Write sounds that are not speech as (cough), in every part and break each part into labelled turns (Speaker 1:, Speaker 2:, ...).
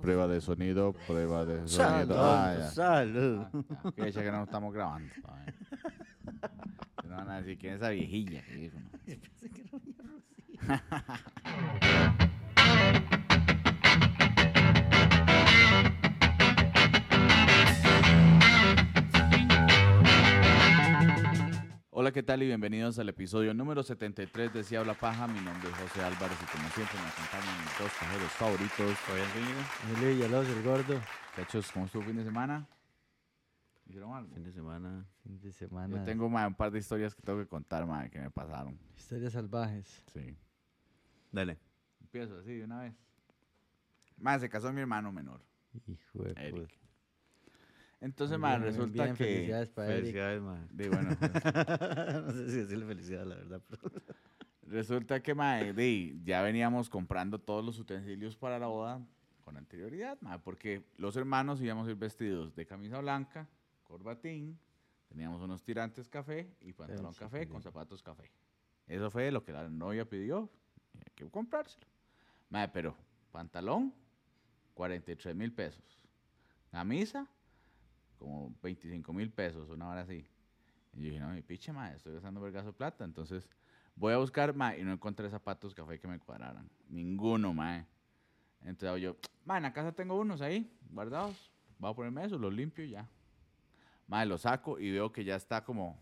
Speaker 1: prueba de sonido, prueba de
Speaker 2: Salud,
Speaker 1: sonido. Ah, ya.
Speaker 2: salud.
Speaker 1: Ah, Que dice que no estamos grabando. todavía. Si No van a decir quién es esa viejilla. que dijo, (laughs) no. Hola, ¿qué tal? Y bienvenidos al episodio número 73 de Si Habla Paja. Mi nombre es José Álvarez y como siempre me acompañan mis dos pajeros favoritos.
Speaker 2: Emilio Villalobos, el gordo.
Speaker 1: Muchachos, ¿cómo estuvo el fin de semana? ¿Hicieron algo?
Speaker 3: Fin de semana.
Speaker 2: Fin de semana.
Speaker 1: Yo tengo mae, un par de historias que tengo que contar, mae, que me pasaron.
Speaker 2: Historias salvajes.
Speaker 1: Sí.
Speaker 3: Dale.
Speaker 1: Empiezo así de una vez. Mae, se casó mi hermano menor,
Speaker 2: Hijo de puta.
Speaker 1: Eric. Entonces, mae,
Speaker 2: También, muy
Speaker 1: resulta
Speaker 2: bien,
Speaker 1: que.
Speaker 2: Felicidades para Eric.
Speaker 3: Felicidades,
Speaker 1: (laughs)
Speaker 3: man.
Speaker 1: Di, bueno,
Speaker 3: no sé si decirle felicidad, la verdad. Pero...
Speaker 1: resulta que, mae, di, ya veníamos comprando todos los utensilios para la boda con anterioridad, mae, porque los hermanos íbamos a ir vestidos de camisa blanca, corbatín, teníamos unos tirantes café y pantalón
Speaker 2: sí,
Speaker 1: café con
Speaker 2: también.
Speaker 1: zapatos café. Eso fue lo que la novia pidió, y hay que comprárselo. Mae, pero pantalón, 43 mil pesos. Camisa, como 25 mil pesos, una hora así. Y yo dije, no, mi piche, mae, estoy gastando vergazo de plata. Entonces, voy a buscar, mae, y no encontré zapatos café que me cuadraran. Ninguno, mae. Entonces yo, mae, en la casa tengo unos ahí, guardados. Voy a ponerme esos, los limpio y ya. Mae, los saco y veo que ya está como...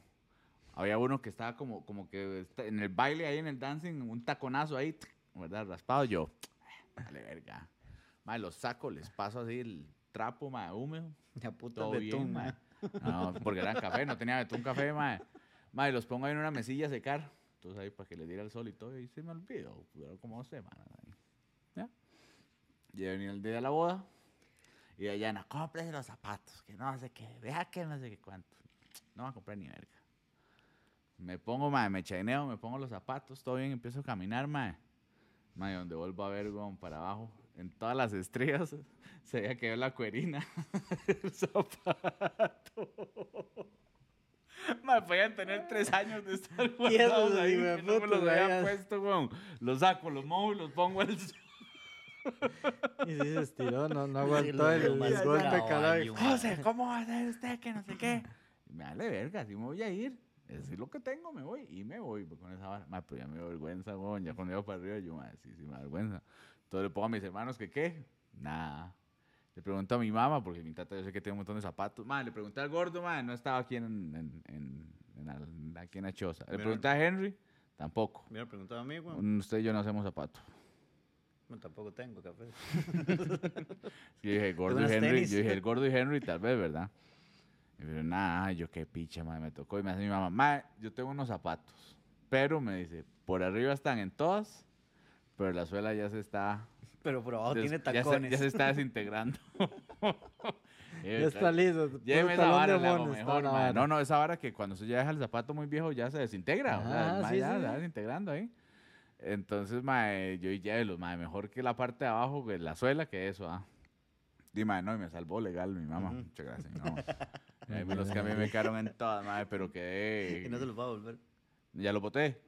Speaker 1: Había uno que estaba como, como que está en el baile ahí, en el dancing, un taconazo ahí, ¿verdad? Raspado. Yo, Dale verga. Mae, los saco, les paso así el trapo, mae, húmedo.
Speaker 3: La puta
Speaker 1: Todo bien,
Speaker 3: betún, (laughs)
Speaker 1: mae. No, porque eran café, no tenía betún café, mae. Mae, los pongo ahí en una mesilla a secar. Entonces ahí para que les diera el sol y todo. Y se me olvidó. Duraron como dos semanas ahí. ¿Ya? Ya venía el día de la boda. Y allá, no, cómprese los zapatos, que no sé qué, vea que no sé qué cuánto. No va a comprar ni verga. Me pongo, mae, me chaineo, me pongo los zapatos, todo bien, empiezo a caminar, mae. Mae, donde vuelvo a ver, weón, para abajo, en todas las estrellas, (laughs) se veía que era la cuerina (laughs) el zapato. Mae, podían tener tres años de
Speaker 2: (laughs)
Speaker 1: estar guardados
Speaker 2: los
Speaker 1: ahí, que no me
Speaker 2: hijueputas,
Speaker 1: los había
Speaker 2: veías.
Speaker 1: puesto, weón. Los saco, los muevo y los pongo al (laughs) sol.
Speaker 2: Y sí se estiró, no, no
Speaker 3: Sí, lo
Speaker 2: aguantó el,
Speaker 3: veo
Speaker 2: el
Speaker 3: más
Speaker 2: golpe,
Speaker 3: bravo,
Speaker 2: caray.
Speaker 3: Ariu.
Speaker 1: (laughs) José, ¿cómo va a ser usted que no sé qué? Y Me vale verga, si me voy a ir. Es lo que tengo, me voy y me voy pues, con esa vara. Ma, pero ya me dio vergüenza, weón. Ya cuando iba para arriba, yo, ma, sí, sí, me da vergüenza. Entonces le pongo a mis hermanos que qué. Nada. Le pregunto a mi mamá, porque mi tata yo sé que tiene un montón de zapatos. Ma, le pregunté al gordo, ma, no estaba aquí en, en, en- en al- aquí en la choza. Le
Speaker 3: Mira.
Speaker 1: pregunté a Henry, tampoco.
Speaker 3: Me lo preguntado a mí, güey.
Speaker 1: Usted y yo no hacemos zapatos.
Speaker 3: No, tampoco tengo café.
Speaker 1: Yo dije, gordo y
Speaker 3: unos
Speaker 1: Henry,
Speaker 3: tenis.
Speaker 1: yo
Speaker 3: (laughs)
Speaker 1: dije, el gordo y Henry tal vez, ¿verdad? Y yo, nada, yo qué picha, madre, me tocó. Y me hace mi mamá, "Mae, yo tengo unos zapatos. Pero me dice, por arriba están en todas, pero la suela ya se está...
Speaker 3: Pero por abajo
Speaker 1: des-
Speaker 3: Oh, tiene
Speaker 1: ya se-
Speaker 3: tacones.
Speaker 1: Ya se, está desintegrando. (laughs)
Speaker 2: Ya está listo. puro
Speaker 1: Lléveme esa
Speaker 2: Pues, talón de
Speaker 1: vara, le hago
Speaker 2: mono está
Speaker 1: mejor,
Speaker 2: la
Speaker 1: mae.
Speaker 2: vara.
Speaker 1: No, no, esa vara que cuando usted ya deja el zapato muy viejo ya se desintegra. o sea,
Speaker 2: Ajá,
Speaker 1: el mae
Speaker 2: sí,
Speaker 1: ya
Speaker 2: sí,
Speaker 1: se va
Speaker 2: sí.
Speaker 1: desintegrando ahí. Entonces, mae, yo y llévelos, mae, mejor que la parte de abajo, que la suela, que eso, ah. Y, mae, no, y me salvó legal mi mamá.
Speaker 3: Ujú.
Speaker 1: Muchas gracias, mi mamá. Y
Speaker 2: (laughs)
Speaker 1: ahí me los cambié, me quedaron en todas, mae, pero quedé...
Speaker 3: Y no se los va a volver.
Speaker 1: Ya lo (laughs) boté.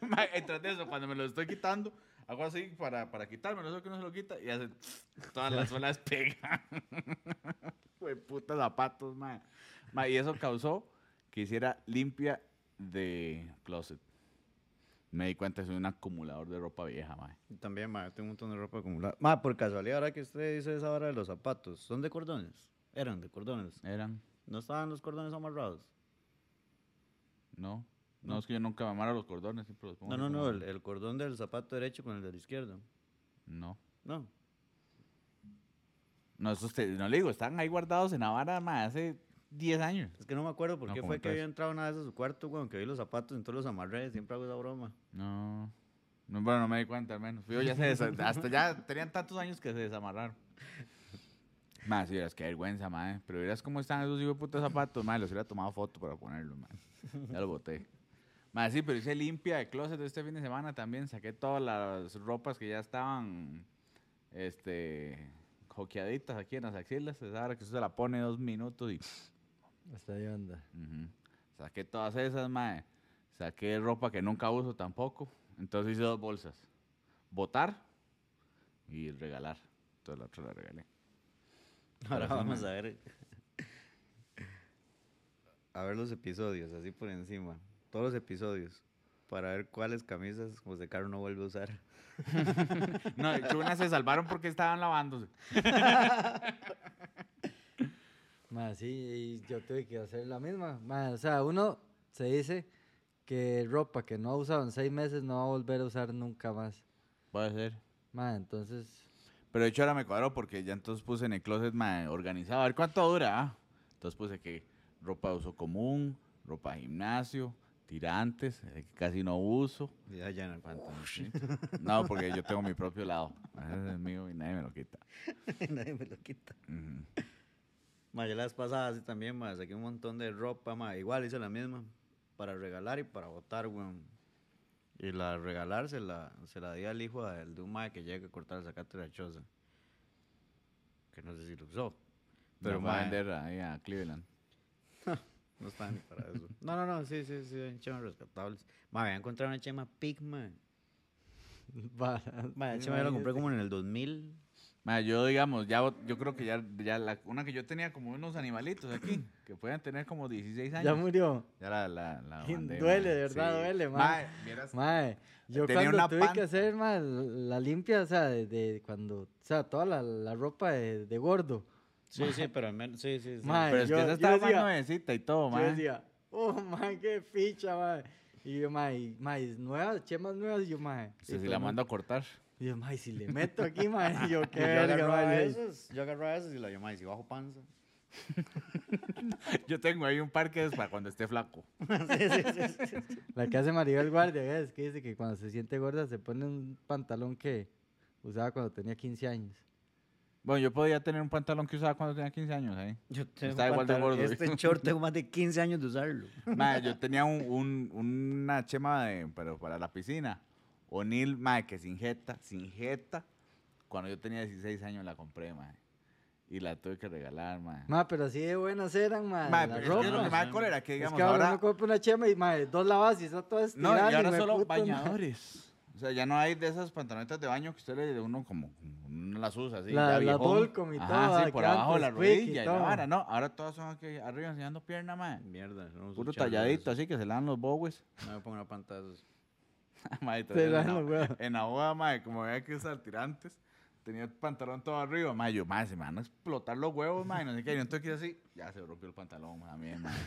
Speaker 1: Mae, Tras de eso, cuando me lo estoy quitando, hago así para, para quitármelo, eso que no se lo quita, y hace todas (laughs) las olas pegan. Fue puta zapatos, mae. Mae, Y eso causó que hiciera limpia de closet. Me di cuenta que soy un acumulador de ropa vieja, mae.
Speaker 3: Y También, ma, tengo un montón de ropa acumulada. Ma, por casualidad, ahora que usted dice esa hora de los zapatos, ¿son de cordones? Eran de cordones.
Speaker 1: Eran,
Speaker 3: ¿No estaban los cordones amarrados?
Speaker 1: ¿no? No, es que yo nunca me amara los cordones, siempre los pongo.
Speaker 3: No, no,
Speaker 1: así
Speaker 3: no,
Speaker 1: como-
Speaker 3: el, el cordón del zapato derecho con el del izquierdo.
Speaker 1: No.
Speaker 3: No.
Speaker 1: No, eso usted, no le digo, están ahí guardados en la vara, mae, hace 10 años.
Speaker 3: Es que no me acuerdo por
Speaker 1: No,
Speaker 3: qué
Speaker 1: como
Speaker 3: fue que
Speaker 1: tres.
Speaker 3: había entrado una vez a su cuarto, weón, que vi los zapatos, entonces los amarré, siempre hago esa broma.
Speaker 1: No. No, Bueno, no me di cuenta al menos. Yo ya se desa- (laughs) hasta ya tenían tantos años que se desamarraron. Más, si vieras qué vergüenza, madre. Pero vieras cómo están esos hijos de puta zapatos, madre. Los hubiera tomado foto para ponerlos, madre. Ya lo boté. Más, sí, pero hice limpia de closet este fin de semana también. Saqué todas las ropas que ya estaban, este, joqueaditas aquí en las axilas. Esa vara que usted se la pone dos minutos y
Speaker 2: Está de onda.
Speaker 1: Ujú. Saqué todas esas, mae. Saqué ropa que nunca uso tampoco. Entonces hice dos bolsas. Botar y regalar. Entonces la otra la regalé.
Speaker 3: (laughs) Ahora
Speaker 1: Pero sí,
Speaker 3: vamos
Speaker 1: mae.
Speaker 3: a ver. A ver los episodios, así por encima. Todos los episodios. Para ver cuáles camisas José Caro no vuelve a usar.
Speaker 1: (laughs)
Speaker 3: (laughs)
Speaker 1: No, de hecho, unas se salvaron porque estaban lavándose.
Speaker 2: Más sí, y yo tuve que hacer la misma. Más, o sea, uno se dice que ropa que no ha usado en seis meses no va a volver a usar nunca más.
Speaker 1: Puede ser.
Speaker 2: Más, entonces, (laughs)
Speaker 1: Pero de hecho ahora me cuadró porque ya entonces puse en el closet mae, organizado. A ver cuánto dura. ah? Entonces puse que ropa de uso común, ropa de gimnasio, tirantes, eh, que casi no uso.
Speaker 3: Ya, ya en el
Speaker 1: Oh,
Speaker 3: pantalón.
Speaker 1: No, porque yo tengo mi propio lado. Ese es mío y nadie me lo quita.
Speaker 3: (laughs) Nadie me lo quita.
Speaker 1: Ujú.
Speaker 3: Ma, yo las pasadas así también, ma, saqué un montón de ropa, ma, igual hice la misma, para regalar y para botar, weón. Y la regalar se la, se la di al hijo del de un mae que llega a cortar el zacate de la choza. Que no sé si lo usó.
Speaker 1: Pero
Speaker 3: Pero,
Speaker 1: me va a
Speaker 3: mae.
Speaker 1: vender ahí a Cleveland.
Speaker 3: No estaba ni para eso. (laughs) No, no, no, sí, sí, sí, hay chemas rescatables. Ma, había encontrado una chema Pigma.
Speaker 2: va.
Speaker 3: Ma, Ah, esa chema yo la compré como en el 2000.
Speaker 1: Mae, yo digamos, ya bot- yo creo que ya, ya la, una que yo tenía como unos animalitos
Speaker 2: (clears throat)
Speaker 1: aquí, que pueden tener como 16 años.
Speaker 2: Ya murió.
Speaker 1: Ya la, la, la
Speaker 2: Y
Speaker 1: mandé,
Speaker 2: duele,
Speaker 1: mae.
Speaker 2: de verdad, duele, mae.
Speaker 1: Mae, vieras-
Speaker 2: Mae, yo
Speaker 1: Tenía
Speaker 2: cuando
Speaker 1: una
Speaker 2: tuve que
Speaker 1: pan-
Speaker 2: hacer mae, la limpia, o sea, de, de cuando, o sea, toda la, la ropa de, de gordo.
Speaker 3: Sí, sí, pero al menos, sí, sí, sí.
Speaker 2: Ma,
Speaker 1: Pero es
Speaker 2: yo-
Speaker 1: que esa
Speaker 2: yo
Speaker 1: estaba más
Speaker 2: decía-
Speaker 1: nuevecita y todo,
Speaker 2: Yo
Speaker 1: mae.
Speaker 2: decía, oh, mae, qué ficha, mae. Y yo, mae, y- mae, nuevas, chemas nuevas, y yo, mae.
Speaker 1: Sí, sí,
Speaker 2: y todo
Speaker 1: la
Speaker 2: el mundo-
Speaker 1: mando a cortar. (laughs)
Speaker 2: Y yo, mae, si le meto aquí, mae, y yo,
Speaker 3: (laughs) Y
Speaker 2: qué
Speaker 3: yo
Speaker 2: verga,
Speaker 3: agarraba
Speaker 2: mae.
Speaker 3: esas, yo agarraba esas y la llamaba y si bajo panza.
Speaker 1: Yo tengo ahí un parque es para cuando esté flaco.
Speaker 3: sí, sí, sí, sí.
Speaker 2: La que hace Maribel Guardia, ¿ves? Que dice que cuando se siente gorda se pone un pantalón que usaba cuando tenía 15 años.
Speaker 1: Bueno, yo podía tener un pantalón que usaba cuando tenía 15 años ahí.
Speaker 3: Yo tengo
Speaker 1: Está igual de
Speaker 3: pantalón-
Speaker 1: gordo,
Speaker 3: Este
Speaker 1: güey.
Speaker 3: short tengo más de 15 años de usarlo.
Speaker 1: Mae, yo tenía un, un- una chema de, pero para la piscina. O'Neill, mae, que sin jeta, sin jeta. Cuando yo tenía 16 años la compré, mae. Y la tuve que regalar, mae.
Speaker 2: Ma, pero así de buenas eran, ma.
Speaker 1: Mae,
Speaker 2: la
Speaker 1: pero es
Speaker 2: ropa.
Speaker 1: que lo que me da cólera, que
Speaker 2: Es
Speaker 1: digamos,
Speaker 2: que ahora
Speaker 1: ahora...
Speaker 2: uno compra una chema y mae, dos lavas y está toda
Speaker 1: No,
Speaker 2: estirada.
Speaker 1: y ahora
Speaker 2: me
Speaker 1: solo
Speaker 2: puto, ma.
Speaker 1: bañadores. O sea, ya no hay de esas pantalonetas de baño que usted le uno como, como uno las usa así.
Speaker 2: La-
Speaker 1: ya
Speaker 2: la
Speaker 1: viejón.
Speaker 2: Volcom y todo, ah,
Speaker 1: Ajá, sí,
Speaker 2: que
Speaker 1: por abajo de la
Speaker 2: antes, Quick y
Speaker 1: rodilla y la
Speaker 2: todo.
Speaker 1: vara, ¿no? Ahora todas son aquí arriba enseñando pierna, madre.
Speaker 3: Mierda, no uso
Speaker 1: Puro
Speaker 3: charla de
Speaker 1: talladito, así que se le dan los bowes.
Speaker 3: esos. No me pongo una panta de esos.
Speaker 1: (laughs) Mae,
Speaker 2: Se
Speaker 1: todavía
Speaker 2: la
Speaker 1: en la-
Speaker 2: dan los huevos.
Speaker 1: En la boda, madre, como había que usar tirantes, tenía el pantalón todo arriba, madre. Yo, madre, se me van a explotar los huevos, madre. No sé qué. Yo entonces quise así, ya se rompió el pantalón mae, (laughs) también, madre.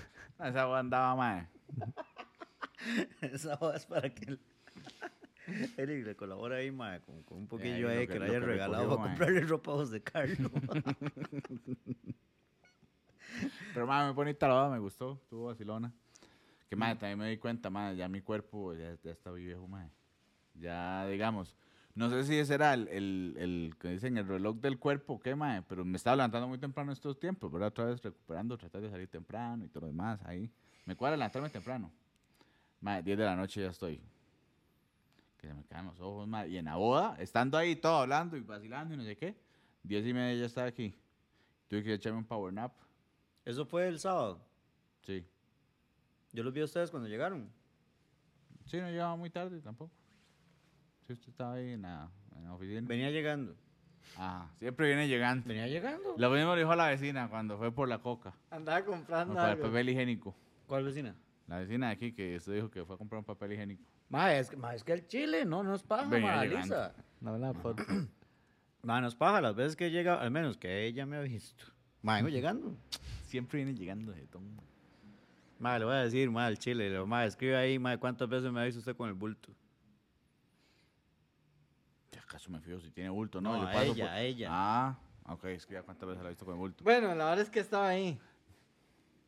Speaker 1: Esa boda andaba, madre.
Speaker 3: (laughs) Esa boda es para que (laughs) él, él y le colabora ahí, ma, con, con un
Speaker 1: ahí lo
Speaker 3: poquillo ahí,
Speaker 1: que-
Speaker 3: que,
Speaker 1: lo
Speaker 3: le hayan
Speaker 1: que
Speaker 3: regalado
Speaker 1: recogió,
Speaker 3: a
Speaker 1: ma.
Speaker 3: comprarle ropa a José Carlos. (laughs)
Speaker 1: Pero, madre, muy bonita la boda, me gustó. Estuvo vacilona. Que, madre, también me di cuenta, madre, ya mi cuerpo ya, ya está viejo, madre. Ya, digamos, no sé si ese era el, el, el que dicen el reloj del cuerpo, ¿qué, madre? Pero me estaba levantando muy temprano estos tiempos, ¿verdad? Otra vez recuperando, tratar de salir temprano y todo lo demás, ahí. Me cuadra levantarme temprano. Madre, 10 de la noche ya estoy. Que se me caen los ojos, madre. Y en la boda, estando ahí todo hablando y vacilando y no sé qué, 10 y media ya estaba aquí. Tuve que echarme un power nap.
Speaker 3: Eso fue el sábado.
Speaker 1: Sí.
Speaker 3: Yo los vi a ustedes cuando llegaron.
Speaker 1: Sí, no llegaba muy tarde tampoco. Sí, usted estaba ahí en la, en la oficina.
Speaker 3: Venía llegando.
Speaker 1: Ajá, siempre viene llegando.
Speaker 3: Venía llegando.
Speaker 1: Lo mismo le dijo a la vecina cuando fue por la coca,
Speaker 2: Andaba
Speaker 1: o
Speaker 2: comprando
Speaker 1: para el
Speaker 2: algo.
Speaker 3: pues,
Speaker 1: papel higiénico.
Speaker 3: ¿Cuál vecina?
Speaker 1: La vecina de aquí que usted dijo que fue a comprar un papel higiénico.
Speaker 3: Ma, es, que- ma, es que el chile, no, no es paja,
Speaker 1: Venía
Speaker 3: ma,
Speaker 1: llegando.
Speaker 3: Lisa.
Speaker 2: No,
Speaker 3: pues,
Speaker 2: la foto.
Speaker 3: Ma, no es paja, las veces que llega, al menos que ella me ha visto. Ma, vengo llegando.
Speaker 1: Siempre viene llegando de toma.
Speaker 3: Ma, le voy a decir, ma, el chile, le- ma, escribe ahí, ma, ¿cuántas veces me ha visto usted con el bulto?
Speaker 1: ¿Ya acaso me fío si tiene bulto? No,
Speaker 3: No,
Speaker 1: yo
Speaker 3: a
Speaker 1: paso
Speaker 3: ella,
Speaker 1: por-
Speaker 3: a ella.
Speaker 1: Ah, ok, es que ya cuántas veces la he visto con el bulto.
Speaker 2: Bueno, la verdad es que estaba ahí.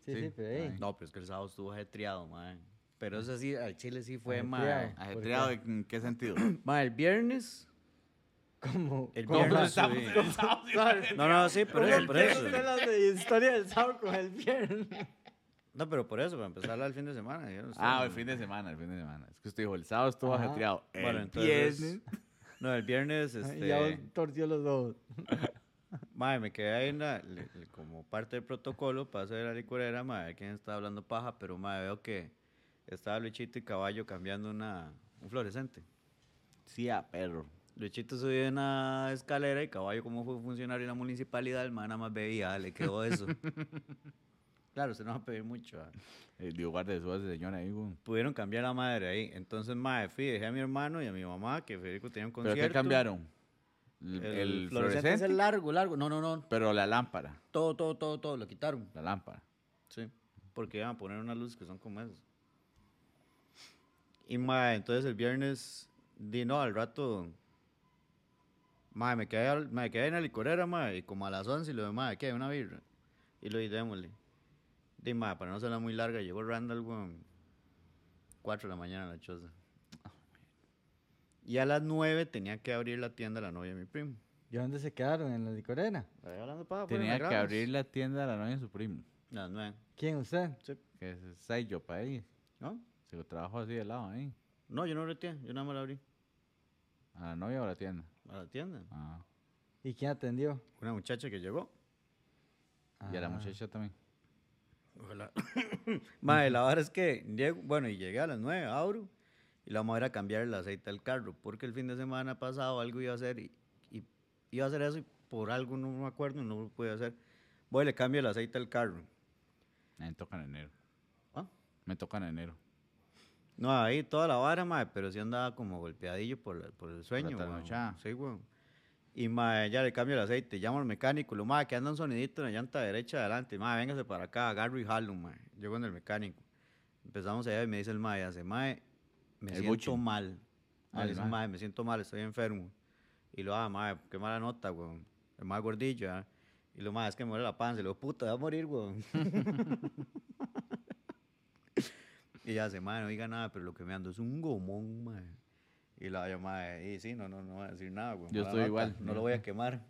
Speaker 2: Sí,
Speaker 1: Sí,
Speaker 2: sí, pero ahí.
Speaker 1: ahí.
Speaker 3: No, pero es que el sábado estuvo ajetreado, mae. Pero eso sí, al chile sí fue,
Speaker 2: Ajetreado.
Speaker 3: mae.
Speaker 1: ¿Ajetreado en qué sentido?
Speaker 3: Mae, el viernes.
Speaker 2: Como.
Speaker 3: El
Speaker 2: como-
Speaker 3: viernes.
Speaker 1: estamos
Speaker 3: subí.
Speaker 1: en el sábado?
Speaker 3: No, no, sí, por
Speaker 2: Como
Speaker 3: eso,
Speaker 2: el
Speaker 3: por
Speaker 2: viernes
Speaker 3: eso.
Speaker 2: de las de historia del sábado con el viernes.
Speaker 3: No, pero por eso, para empezar al fin de semana. yo no sé,
Speaker 1: Ah, el
Speaker 3: mae.
Speaker 1: fin de semana, el fin de semana. Es que usted dijo, el sábado estuvo
Speaker 2: Ajá.
Speaker 1: ajetreado. El
Speaker 3: Bueno, entonces.
Speaker 1: viernes-
Speaker 3: No, el viernes,
Speaker 2: Y ya
Speaker 3: este.
Speaker 2: torció los dos.
Speaker 3: Mae, me quedé ahí en la- le- le- como parte del protocolo para hacer la licorera, mae, a ver quién estaba hablando paja, pero mae, veo que estaba Luchito y Caballo cambiando una, un fluorescente.
Speaker 1: Sí, a perro.
Speaker 3: Luchito subió una escalera y caballo, como fue funcionario de la municipalidad, el man nada más veía, ah, le quedó eso.
Speaker 1: (laughs)
Speaker 3: claro, se nos va a pedir mucho. ah.
Speaker 1: El Dios Eh, guarde su señor ahí, güey.
Speaker 3: Pudieron cambiar la madre ahí. Entonces, madre, fui, dejé a mi hermano y a mi mamá, que Federico tenía un
Speaker 1: ¿Pero
Speaker 3: concierto.
Speaker 1: qué cambiaron? El,
Speaker 3: El,
Speaker 1: el
Speaker 3: fluorescente es
Speaker 1: fluorescente,
Speaker 3: el largo, largo. No, no, no.
Speaker 1: pero la lámpara,
Speaker 3: Todo, todo, todo, todo, lo quitaron.
Speaker 1: la lámpara.
Speaker 3: Sí, porque iban a poner unas luces que son como esas. Y mae, entonces el viernes, di no, al rato, mae, me quedé, al- me quedé en la licorera, mae, y como a las 11 y lo demás, mae, ¿qué? Una birra. Y lo di, démosle. Di, mae, para no serla muy larga, llegó Randall, weón, 4 de la mañana a la choza. Y a las 9 tenía que abrir la tienda la novia de mi primo.
Speaker 2: ¿Y dónde se quedaron? ¿En la licorera?
Speaker 3: Ahí hablando pa' afuera en
Speaker 1: Tenía
Speaker 3: las
Speaker 1: que
Speaker 3: gradas.
Speaker 1: abrir la tienda de la novia de su primo,
Speaker 3: A las 9,
Speaker 2: ¿Quién? ¿Usted?
Speaker 3: sí.
Speaker 1: que es Sayo para ahí.
Speaker 3: ¿No?
Speaker 1: Se lo trabajo así de lado ahí.
Speaker 3: No, yo no reté, yo nada más la abrí.
Speaker 1: ¿A la novia o a la tienda?
Speaker 3: A la tienda.
Speaker 1: Ah.
Speaker 2: ¿Y quién atendió?
Speaker 3: Una muchacha que llegó.
Speaker 1: Y a la
Speaker 2: Ah.
Speaker 1: muchacha también.
Speaker 3: Ojalá. (coughs) Mae, la verdad es que llego, bueno, y llegué a las 9, abro, y la vamos a ir a cambiar el aceite al carro, porque el fin de semana pasado algo iba a hacer, y, y iba a hacer eso, y por algo no me acuerdo, no lo pude hacer. Voy, le cambio el aceite al carro.
Speaker 1: Me toca en enero.
Speaker 3: ¿Ah?
Speaker 1: Me toca en enero.
Speaker 3: No, ahí toda la vara, mae, pero sí andaba como golpeadillo por, la- por el sueño. weón.
Speaker 1: trasnochada.
Speaker 3: Sí, weón. Y mae, ya le cambio el aceite, llamo al mecánico, lo mae, que anda un sonidito en la llanta derecha adelante, mae, véngase para acá, agarro y jalo, mae. Yo con el mecánico. Empezamos allá y me dice el mae, hace mae, me
Speaker 1: El
Speaker 3: siento
Speaker 1: buche.
Speaker 3: mal.
Speaker 1: Ah,
Speaker 3: Me
Speaker 1: el
Speaker 3: dice,
Speaker 1: mae.
Speaker 3: mae, me siento mal, estoy enfermo. Y lo, ah, mae, qué mala nota, weón. El mae gordillo, ah. Y lo, mae, es que me muere la panza. Y lo, puta, va a morir, weón. Y ya se, mae, no diga nada, pero lo que me ando es un gomón, mae. Y la yo, mae, y sí, no, no, no voy a decir nada, güey.
Speaker 1: Yo
Speaker 3: mala
Speaker 1: estoy igual,
Speaker 3: No
Speaker 1: yo-
Speaker 3: lo voy a quemar.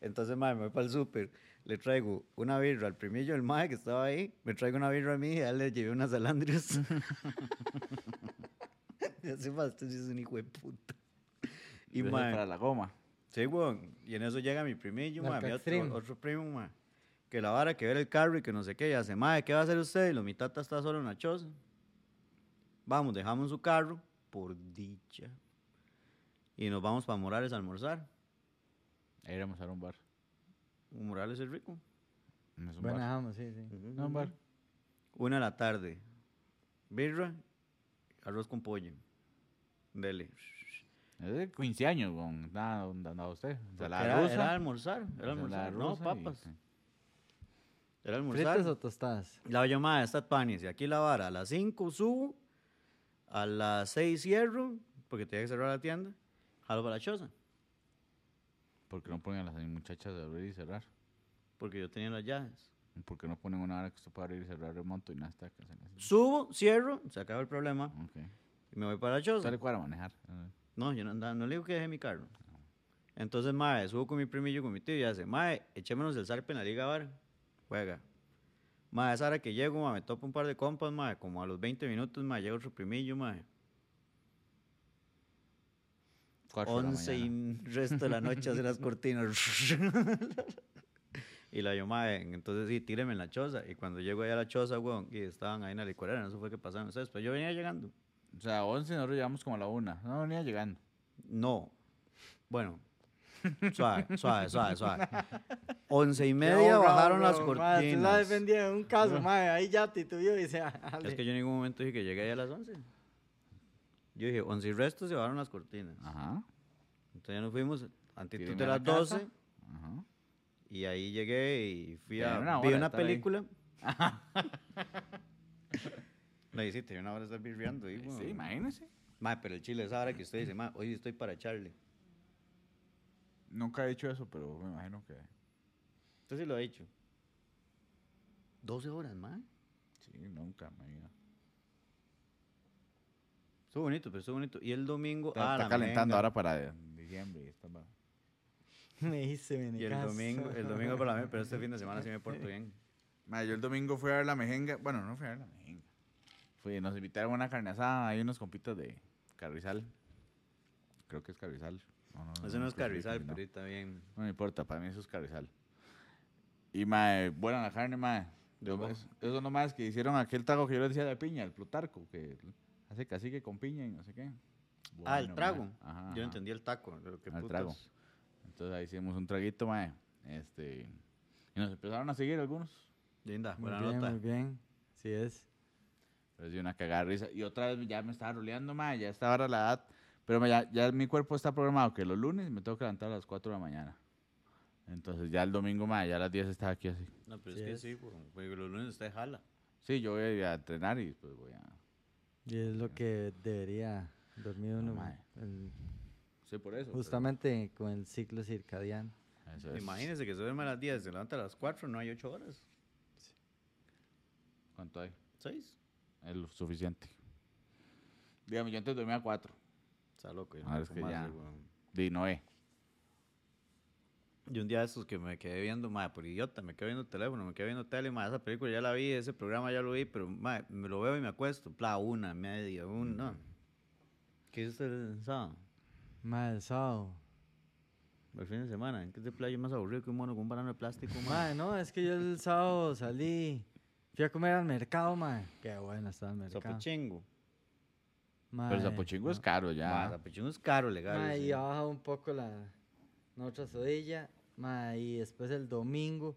Speaker 3: Entonces, mae, me voy para el súper, le traigo una birra al primillo del mae que estaba ahí, me traigo una birra a mí y a él le llevé
Speaker 1: (laughs)
Speaker 3: unas alandrias. (laughs) y así, mae, este sí es un hijo de puta. Y,
Speaker 1: Eso es
Speaker 3: mae,
Speaker 1: para la goma.
Speaker 3: Sí, weón. Y en eso llega mi primillo, mae, mi
Speaker 2: Narcaxtrim.
Speaker 3: otro, otro primo, mae. Que la vara, que ver el carro y que no sé qué. Y hace, mae, ¿qué va a hacer usted? Y lo, mi tata está solo en la choza. Vamos, dejamos su carro, por dicha. Y nos vamos para Morales a almorzar.
Speaker 1: Ahí íbamos a un bar.
Speaker 3: Morales es rico.
Speaker 1: No es un
Speaker 2: Buena
Speaker 1: bar.
Speaker 2: jama, sí, sí.
Speaker 1: No, un bar.
Speaker 3: Una de la tarde. Birra, arroz con pollo. Dele.
Speaker 1: Es de 15 años, con nada donde andaba usted.
Speaker 3: Porque
Speaker 1: Ensalada
Speaker 3: era, era
Speaker 1: rusa.
Speaker 3: almorzar.
Speaker 1: ensalada
Speaker 3: Era almorzar. No,
Speaker 1: rusa y-
Speaker 3: papas.
Speaker 1: sí.
Speaker 3: Era almorzar.
Speaker 2: ¿Fritas o tostadas?
Speaker 3: La llamada está panis. Y aquí la vara. A las 5 subo. A las 6 cierro. Porque tenía que cerrar la tienda. Jalo para la choza.
Speaker 1: Porque no ponen a las muchachas de abrir y cerrar.
Speaker 3: Porque yo tenía las llaves.
Speaker 1: Porque no ponen una hora que usted pueda abrir y cerrar el monto y nada está que se le hace.
Speaker 3: Subo, cierro. Se acaba el problema.
Speaker 1: Ok.
Speaker 3: Y me voy para la choza.
Speaker 1: Sale para manejar. Ah,
Speaker 3: No, yo no andaba. No le digo que dejé mi carro. Entonces, mae, subo con mi primillo, con mi tío. Y hace, mae, echémonos el zarpe en la liga bar. Juega. Mae, esa hora que llego, mae, me topo un par de compas, mae. Como a los 20 minutos, mae, llega otro primillo, mae.
Speaker 1: cuatro de la
Speaker 3: 11
Speaker 1: mañana.
Speaker 3: y resto de la noche
Speaker 1: (laughs)
Speaker 3: hace las cortinas. (laughs) y la llamada, entonces sí, tíreme en la choza. Y cuando llego allá a la choza, weón, y estaban ahí en la licorera, no sé fue qué pasaron ustedes, pero yo venía llegando.
Speaker 1: O sea, 11 nosotros llegamos como a la 1. No venía llegando.
Speaker 3: No.
Speaker 1: (laughs)
Speaker 3: Bueno. Suave, suave, suave, suave. Once y media bajaron las
Speaker 2: Tú la
Speaker 3: cortinas.
Speaker 2: defendías en un caso, mae. Ahí ya titubió y dice, "Ah,
Speaker 3: Es que yo en ningún momento dije que llegué allá a las once. Yo dije, once y resto se bajaron las cortinas.
Speaker 1: Ajá.
Speaker 3: Entonces ya nos fuimos antes
Speaker 1: Ah. Tíreme
Speaker 3: de
Speaker 1: a la
Speaker 3: las doce.
Speaker 1: casa. Ajá.
Speaker 3: Y ahí llegué y fui
Speaker 1: Ya
Speaker 3: a.
Speaker 1: era una hora
Speaker 3: vi
Speaker 1: de
Speaker 3: una
Speaker 1: estar ahí.
Speaker 3: (laughs) película. Le dice, te una hora de estar birreando ahí,
Speaker 1: Eh,
Speaker 3: weón".
Speaker 1: Sí, imagínese.
Speaker 3: Ma, pero el chile es ahora que usted dice, ma, hoy estoy para Charlie.
Speaker 1: Nunca he hecho eso, pero me imagino que.
Speaker 3: Usted sí lo ha dicho. 12 horas, ma.
Speaker 1: Sí, nunca, me diga.
Speaker 3: Estuvo bonito, pero estuvo bonito. Y el domingo.
Speaker 1: Está,
Speaker 3: ah,
Speaker 1: está
Speaker 3: la
Speaker 1: calentando
Speaker 3: menga.
Speaker 1: ahora para diciembre. y está para-
Speaker 2: (laughs) me hice
Speaker 3: Y el domingo, el domingo para la menga, pero este fin de semana sí me porto (laughs) bien.
Speaker 1: Ma, yo el domingo fui a ver la mejenga. Bueno, no fui a ver la mejenga. Fui, nos invitaron a una carne asada. Hay unos compitas de Carrizal. Creo que es Carrizal. No, no,
Speaker 3: Eso no es
Speaker 1: creo que
Speaker 3: carrizal,
Speaker 1: Carrizal,
Speaker 3: pero está bien.
Speaker 1: No me importa, para mí eso es Carrizal. Y, mae, buena la carne, mae.
Speaker 3: De
Speaker 1: Los
Speaker 3: ojo.
Speaker 1: maes- Esos son los maes que hicieron aquel taco que yo les decía de piña, el Plutarco, que hace cacique con piña y no sé qué.
Speaker 3: ah, el
Speaker 1: Bueno,
Speaker 3: trago.
Speaker 1: mae. Ajá,
Speaker 3: Yo
Speaker 1: ajá.
Speaker 3: entendí el taco. pero qué
Speaker 1: Ah, el trago.
Speaker 3: putas.
Speaker 1: Entonces ahí hicimos un traguito, mae. Este, y nos empezaron a seguir algunos.
Speaker 3: Linda,
Speaker 2: Muy
Speaker 3: buena
Speaker 2: bien,
Speaker 3: nota.
Speaker 2: muy bien. Sí es.
Speaker 1: Pero sí, una cagada de risa. Y otra vez ya me estaba roleando, mae. Ya estaba ahora la edad. Pero me- ya, ya mi cuerpo está programado que los lunes me tengo que levantar a las 4 de la mañana. Entonces ya el domingo, mae, ya a las 10 estaba aquí así.
Speaker 3: No, pero
Speaker 2: Sí
Speaker 3: es que
Speaker 2: es.
Speaker 3: sí, por- porque los lunes usted jala.
Speaker 1: Sí, yo voy a entrenar y después voy a...
Speaker 2: Y es lo que debería dormir
Speaker 1: No,
Speaker 2: uno.
Speaker 1: mae.
Speaker 2: el-
Speaker 1: Sí, por eso. pero-
Speaker 2: justamente con el ciclo circadiano.
Speaker 1: Eso es.
Speaker 3: Imagínese que se duerme a las 10, se levanta a las 4, no hay 8 horas.
Speaker 1: ¿Cuánto hay?
Speaker 3: 6.
Speaker 1: Es lo suficiente. Dígame, yo antes dormía 4.
Speaker 3: Está loco. yo
Speaker 1: Ah,
Speaker 3: no
Speaker 1: es que
Speaker 3: fumo
Speaker 1: ya.
Speaker 3: así, weón.
Speaker 1: Di, no eh.
Speaker 3: Y un día de estos que me quedé viendo, madre, por idiota, me quedé viendo el teléfono, me quedé viendo tele, madre, esa película ya la vi, ese programa ya lo vi, pero madre, me lo veo y me acuesto. Pla, una, media, una. ¿Qué hizo usted el sábado?
Speaker 2: Mae, el sábado.
Speaker 3: El fin de semana. ¿En qué te playa más aburrido que un mono con un banano de plástico, madre?
Speaker 2: Mae, no, es que yo el sábado salí. Fui a comer al mercado, mae. Qué bueno estaba el mercado.
Speaker 3: Zapochingo.
Speaker 2: Mae,
Speaker 1: Pero Zapochingo es caro
Speaker 3: Mae,
Speaker 1: ya.
Speaker 3: Zapochingo es caro, legal.
Speaker 2: Mae,
Speaker 3: sí.
Speaker 2: y ha bajado un poco la, la otra sodilla. Mae, y después el domingo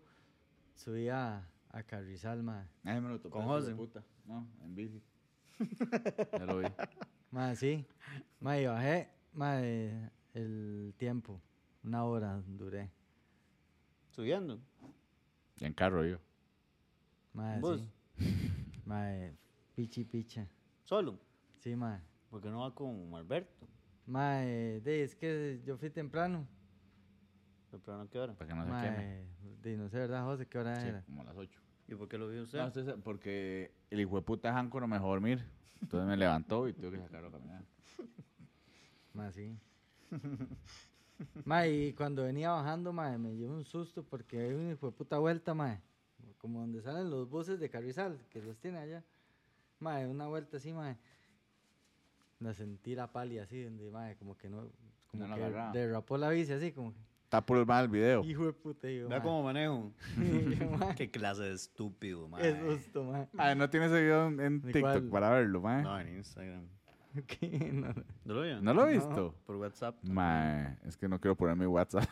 Speaker 2: subí a, a Carrizal, mae.
Speaker 1: Ay, me lo topé,
Speaker 3: Con
Speaker 1: hijo de
Speaker 3: José.
Speaker 1: puta. No, en bici. ya lo vi.
Speaker 2: Mae, sí. Mae, y bajé, mae, el tiempo. Una hora duré.
Speaker 3: Subiendo.
Speaker 1: Ya en carro yo.
Speaker 2: Mae,
Speaker 3: ¿Vos?
Speaker 2: sí. Mae, pichi picha.
Speaker 3: Solo.
Speaker 2: Sí, mae.
Speaker 3: Porque no va con Alberto.
Speaker 2: Mae, de, es que yo fui temprano.
Speaker 3: Pero no qué hora.
Speaker 1: Para que no se queme.
Speaker 2: Mae, de, no sé, ¿verdad, José? ¿Qué hora
Speaker 1: Sí,
Speaker 2: era?
Speaker 1: como a las 8.
Speaker 3: ¿Y por qué lo vio usted?
Speaker 1: No, usted sabe, porque el hijo de puta Hanco no me dejó dormir. Entonces me levantó y tuve que sacarlo a caminar.
Speaker 2: Mae, sí. mae, y cuando venía bajando, mae, me llevó un susto porque hay una hijo de puta vuelta, mae. Como donde salen los buses de Carrizal, que los tiene allá. Mae, una vuelta así, mae. La sentí la pali así, donde, mae, como que no. Como
Speaker 1: No la
Speaker 2: que
Speaker 1: agarraba.
Speaker 2: derrapó la bici así, como que.
Speaker 1: Está por el mal el video.
Speaker 2: Hijo de puta, digo,
Speaker 3: Vea
Speaker 2: mae. (laughs)
Speaker 3: cómo manejo. (laughs)
Speaker 2: Yo,
Speaker 1: (laughs)
Speaker 2: mae,
Speaker 3: qué clase de estúpido,
Speaker 2: Qué
Speaker 3: madre.
Speaker 2: susto, mae.
Speaker 1: Madre, no tiene ese video en, en
Speaker 2: ¿De
Speaker 1: TikTok
Speaker 2: cuál?
Speaker 1: para verlo, mae.
Speaker 3: No, en Instagram.
Speaker 2: (laughs) ¿Qué? No, no.
Speaker 3: ¿No lo vio?
Speaker 1: ¿No lo Mm. he
Speaker 2: No.
Speaker 1: visto?
Speaker 3: Por WhatsApp.
Speaker 1: Mae, es que no quiero poner mi WhatsApp.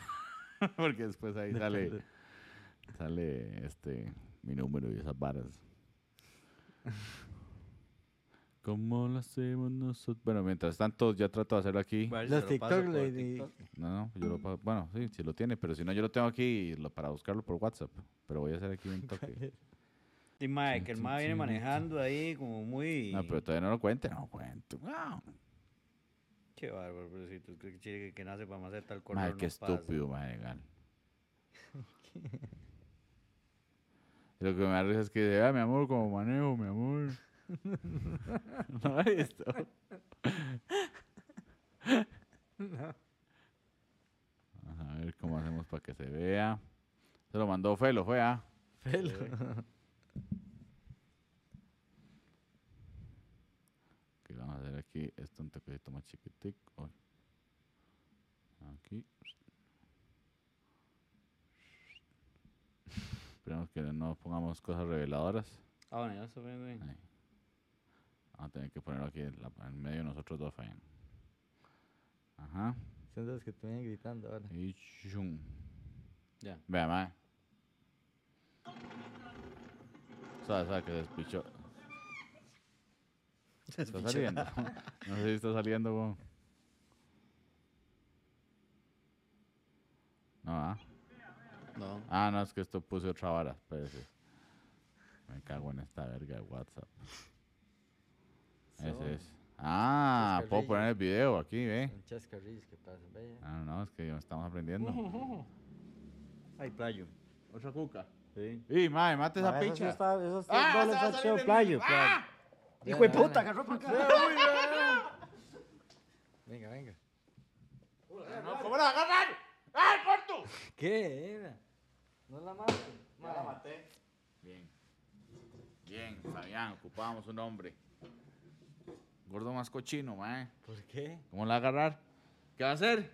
Speaker 1: (laughs) porque después ahí sale, sale este, mi número y esas varas. ¿Cómo lo hacemos nosotros? Bueno, mientras tanto, ya trato de hacerlo aquí.
Speaker 3: Ver si
Speaker 2: Los
Speaker 3: se lo
Speaker 2: TikTok,
Speaker 3: paso por
Speaker 2: le-
Speaker 3: TikTok.
Speaker 1: No, no, yo lo pa- Bueno, sí, si lo tiene, pero si no, yo lo tengo aquí y lo- para buscarlo por WhatsApp. Pero voy a hacer aquí un toque.
Speaker 3: Y mae, que el mae viene manejando ahí como muy...
Speaker 1: No, pero todavía no lo cuente, no cuento. No.
Speaker 3: Qué bárbaro, pero si tú crees que chile que nace para hacer tal color
Speaker 1: Mae,
Speaker 3: no
Speaker 1: qué
Speaker 3: pasa.
Speaker 1: estúpido, mae, legal. Lo que me da risa es que dice, ah, mi amor, como manejo, mi
Speaker 3: (laughs)
Speaker 1: amor. ¿No lo has (laughs) visto? Vamos a ver cómo hacemos para que se vea. Se lo mandó Felo, fue, ah.
Speaker 2: Pelo.
Speaker 1: Que vamos a hacer aquí esto un toquecito más chiquitico. Uy. Aquí. Esperemos que no pongamos cosas reveladoras.
Speaker 3: Ah, bueno, ya se ve bien.
Speaker 1: Ahí. Vamos a tener que ponerlo aquí en, la- en medio de nosotros dos, Fabián. Ajá.
Speaker 2: Son los que te vienen gritando ahora.
Speaker 1: Y chum.
Speaker 3: Ya.
Speaker 1: Vea, mae. Sabe, sabe que se despichó. Está (laughs) saliendo. No sé si está saliendo, weón. No, ah.
Speaker 3: No.
Speaker 1: Ah, no, es que esto puse otra vara. Espérese. Me cago en esta verga de WhatsApp.
Speaker 2: Son-
Speaker 1: Ese es. Ah, puedo
Speaker 2: Chascarrillo.
Speaker 1: poner el video aquí, ve.
Speaker 2: Son chascarrillos que pasan, vaya.
Speaker 1: Ah, no, es que ya estamos aprendiendo. (laughs)
Speaker 3: Ay, playo.
Speaker 1: Otra cuca.
Speaker 3: Sí.
Speaker 1: Y, mae, mate esa
Speaker 3: Mae,
Speaker 1: picha.
Speaker 3: Eso está, eso está,
Speaker 1: Ah,
Speaker 3: ah,
Speaker 1: se va a
Speaker 3: está
Speaker 1: salir
Speaker 3: chido,
Speaker 1: del-
Speaker 3: playo,
Speaker 1: ¡Ah!
Speaker 3: playo.
Speaker 2: Hijo de puta,
Speaker 3: agarró por acá.
Speaker 2: Venga, venga.
Speaker 1: No, ¿Cómo la agarran? ¡Ah, el corto!
Speaker 2: ¿Qué era? No la mato.
Speaker 1: Bien. Bien, Fabián, ocupábamos un hombre. Gordo más cochino, mae.
Speaker 2: ¿Por qué?
Speaker 1: ¿Cómo la va a agarrar? ¿Qué va a hacer?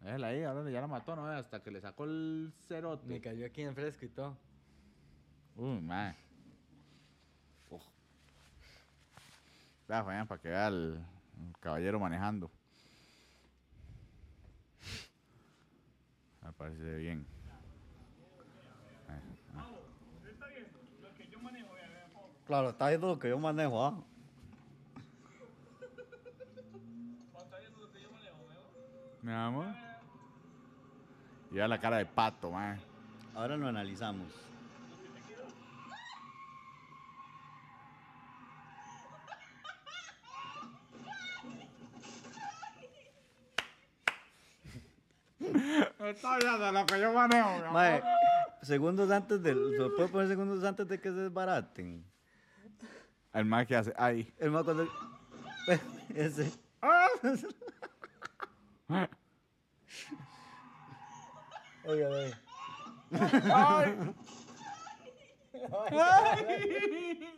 Speaker 1: Déjela ahí, ahora ya la mató, ¿no? Hasta que le sacó el
Speaker 2: Me
Speaker 1: cerote.
Speaker 2: cayó aquí en fresco y todo.
Speaker 1: Uy, mae. Ojo. Vea, Fabián, para que vea el, el caballero manejando. Me parece bien.
Speaker 3: Claro, está viendo lo que yo manejo, ¿ah?
Speaker 1: Mi amor. Y vea la cara de pato, man.
Speaker 3: Ahora lo analizamos.
Speaker 1: Está viendo lo que yo manejo, mi
Speaker 3: Mae, segundos antes del. ¿Se puede poner segundos antes de que se desbaraten?
Speaker 1: El más que hace. Ahí.
Speaker 3: El más cuando. eh, (laughs) Ese. Oiga,
Speaker 2: (laughs)
Speaker 3: oiga.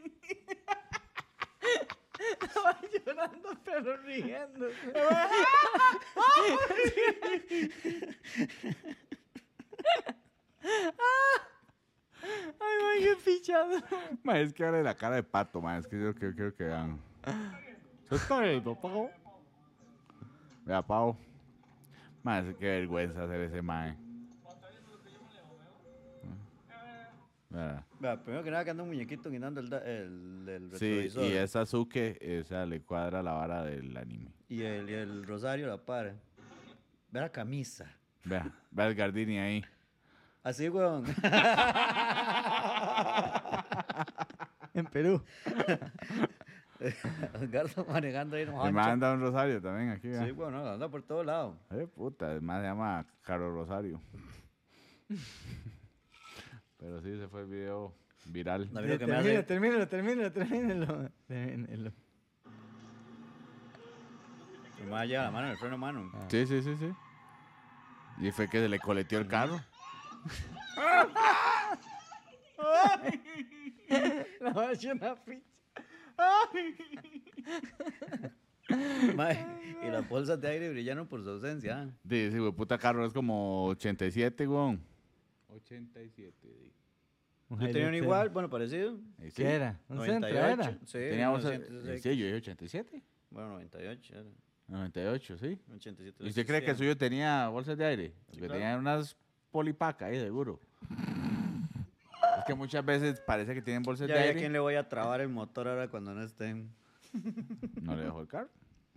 Speaker 2: llorando, pero riendo. Ay, man, qué fichado.
Speaker 1: Ma, es que ahora la cara de pato, ma, es que yo quiero, quiero que ah. vean. Se está viendo, Pau. Vea, Pau. Ma, es que vergüenza hacer ese eh. mae. Vea.
Speaker 3: Vea, primero que nada, que anda un muñequito guindando el, da- el, el
Speaker 1: Sí,
Speaker 3: retrovisor.
Speaker 1: y es Sasuke, eh, o sea, le cuadra la vara del anime.
Speaker 3: Y el, y el rosario la para. Ve la camisa.
Speaker 1: Vea,
Speaker 3: (laughs)
Speaker 1: vea el Gardini ahí.
Speaker 3: Así, weón. (laughs)
Speaker 2: En Perú.
Speaker 3: Garza manejando ahí, no
Speaker 1: Le manda un rosario también aquí, vea.
Speaker 3: Sí, weón, no, anda por todos lados.
Speaker 1: Eh, puta, además se llama Caro
Speaker 3: (laughs)
Speaker 1: Rosario. Pero sí, se fue el video viral.
Speaker 3: A mí lo que me
Speaker 2: Termínelo,
Speaker 3: hace-
Speaker 2: termínelo, termínelo, termínelo, termínelo.
Speaker 3: El mae lleva la mano en el freno, mano.
Speaker 1: Sí, sí, sí, sí. Y fue que se le coleteó el carro.
Speaker 2: La va a hacer una ficha.
Speaker 3: (laughs) Mae, y las bolsas de aire brillaron por su ausencia. ¿ah?
Speaker 1: Dice, güey, puta carro es como 87, güey. 87,
Speaker 3: Yo tenía un igual, bueno, parecido.
Speaker 2: ¿Qué era? ¿Un centro
Speaker 3: 98,
Speaker 2: era?
Speaker 3: Sí,
Speaker 1: Tenía bolsa-
Speaker 3: 906.
Speaker 1: Sí, yo dije 87.
Speaker 3: Bueno, 98 era.
Speaker 1: 98, sí.
Speaker 3: 87.
Speaker 1: ¿Y usted cree que el
Speaker 3: existía.
Speaker 1: suyo tenía bolsas de aire? que
Speaker 3: Sí, claro.
Speaker 1: tenía unas polipacas ahí,
Speaker 3: (laughs)
Speaker 1: seguro. es que muchas veces parece que tienen bolsas
Speaker 3: Ya
Speaker 1: de
Speaker 3: vi a
Speaker 1: aire.
Speaker 3: quién le voy a trabar el motor ahora cuando no (laughs) estén.
Speaker 1: No le dejó el
Speaker 3: (laughs)
Speaker 1: carro.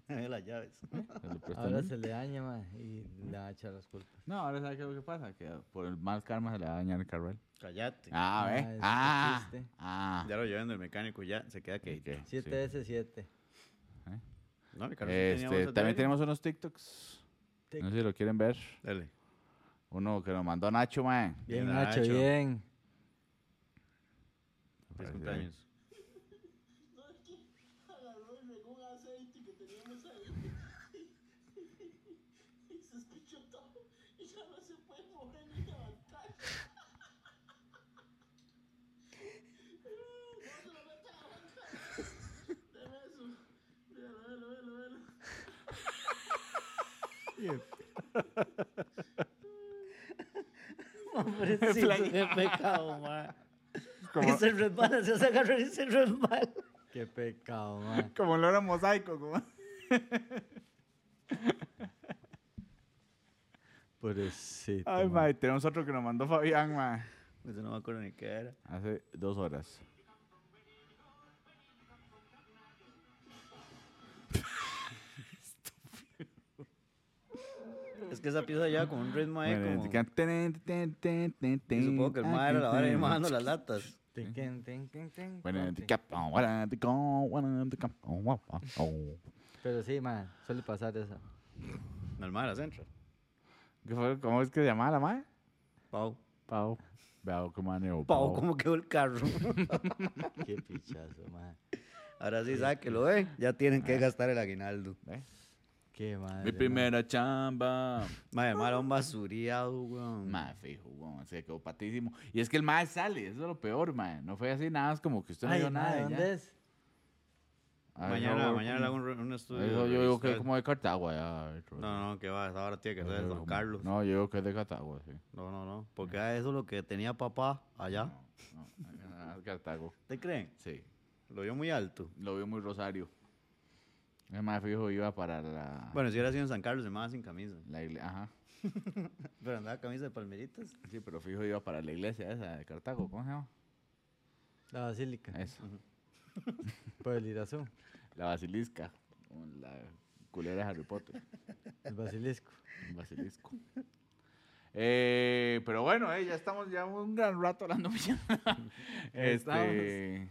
Speaker 3: Las llaves.
Speaker 1: se lo prestó a
Speaker 2: Ahora
Speaker 1: mí.
Speaker 2: se le daña, man, y le va a echar las culpas.
Speaker 1: No, ahora sabe qué es lo que pasa, que por el mal karma se le va a dañar el carro. a él.
Speaker 3: Callate.
Speaker 1: Ah,
Speaker 2: Ah,
Speaker 1: ve.
Speaker 2: ese
Speaker 1: Ah,
Speaker 2: chiste.
Speaker 1: ah.
Speaker 3: Ya lo llevan del mecánico y ya se queda que.
Speaker 1: Ok, sí.
Speaker 2: 7 veces 7.
Speaker 3: No, mi carro sí tenía
Speaker 1: Este,
Speaker 3: bolsas de aire.
Speaker 1: también tenemos unos TikToks. No sé si lo quieren ver.
Speaker 3: Dale.
Speaker 1: Uno que nos mandó Nacho, man.
Speaker 2: Bien,
Speaker 3: Bien,
Speaker 2: Nacho,
Speaker 3: Nacho.
Speaker 2: (laughs) bien.
Speaker 3: Feliz
Speaker 1: Parece
Speaker 3: cumpleaños.
Speaker 1: (laughs)
Speaker 3: Pobrecito, (laughs) qué pecado, ma. (laughs) Que se resbala, se hace agarrar y se resbala.
Speaker 2: (laughs) Qué pecado, man.
Speaker 1: Como lo era mosaico, como.
Speaker 2: Pobrecito.
Speaker 1: Ay,
Speaker 2: man.
Speaker 1: man, tenemos otro que nos mandó Fabián, man.
Speaker 3: Eso no me acuerdo ni qué era.
Speaker 1: Hace dos horas.
Speaker 3: Es que esa pieza lleva como un ritmo ahí,
Speaker 1: Bueno,
Speaker 3: como.
Speaker 1: indican, ten, ten, ten, ten, Ah,
Speaker 3: Y supongo que el
Speaker 1: ten,
Speaker 3: mae era la vara ahí
Speaker 1: ten,
Speaker 3: majando las latas.
Speaker 2: Tinkin, tinkin, tin,
Speaker 1: Bueno,
Speaker 2: tin.
Speaker 1: indican, oh, bueno, indican, oh, bueno, indican, oh, wow, wow, oh.
Speaker 2: Pero sí, man, suele pasar eso.
Speaker 3: No, el mae era centro.
Speaker 1: ¿Qué fue? ¿Cómo es que se llamaba la madre?
Speaker 3: Pau.
Speaker 1: Pau. Pau, qué manejo.
Speaker 3: Pau, ¿cómo quedó el carro?
Speaker 2: Qué pichazo, man.
Speaker 3: Ahora sí, sabe que lo ve. Ya tienen que gastar el aguinaldo.
Speaker 1: ¿Ve?
Speaker 2: Qué madre.
Speaker 1: Mi
Speaker 2: man.
Speaker 1: primera chamba.
Speaker 3: Mae, el mae era un basuriado, weón.
Speaker 1: Mae, fijo, weón, se quedó patísimo. Y es que el mae sale, eso es lo peor, mae. No fue así nada, es como que usted no
Speaker 2: Ay,
Speaker 1: vio nada.
Speaker 2: man,
Speaker 1: y
Speaker 2: ¿dónde
Speaker 1: ya.
Speaker 2: es?
Speaker 1: A ver,
Speaker 3: Mañana,
Speaker 1: no,
Speaker 3: mañana le hago un, re- un
Speaker 1: Eso
Speaker 3: estudio.
Speaker 1: yo digo que es
Speaker 3: registral.
Speaker 1: como de Cartagua. Ya, dentro, sí.
Speaker 3: No, no, que va, esa hora tiene que
Speaker 1: Yo
Speaker 3: ser de
Speaker 1: digo
Speaker 3: Don
Speaker 1: como-
Speaker 3: Carlos. No,
Speaker 1: No, yo digo que es de Cartagua, sí.
Speaker 3: no, no. Porque eso es lo que tenía papá allá.
Speaker 1: No, no, es Cartago,
Speaker 3: ¿Te creen?
Speaker 1: sí.
Speaker 3: Lo vio muy alto.
Speaker 1: Lo vio muy Rosario. El mae fijo iba para la,
Speaker 3: Bueno, si hubiera sido en San Carlos, el mae sin camisa. (laughs)
Speaker 1: la iglesia. Ajá.
Speaker 3: Pero andaba camisa de palmeritas.
Speaker 1: Sí, pero fijo iba para la iglesia esa de Cartago. ¿Cómo se llama?
Speaker 2: La basílica.
Speaker 1: Eso.
Speaker 2: Por el irazú,
Speaker 1: La basilisca. o La culera de Harry Potter.
Speaker 2: el basilisco.
Speaker 1: Un basilisco. Eh, pero bueno, eh, ya estamos ya un gran rato hablando. (laughs) mierda. este,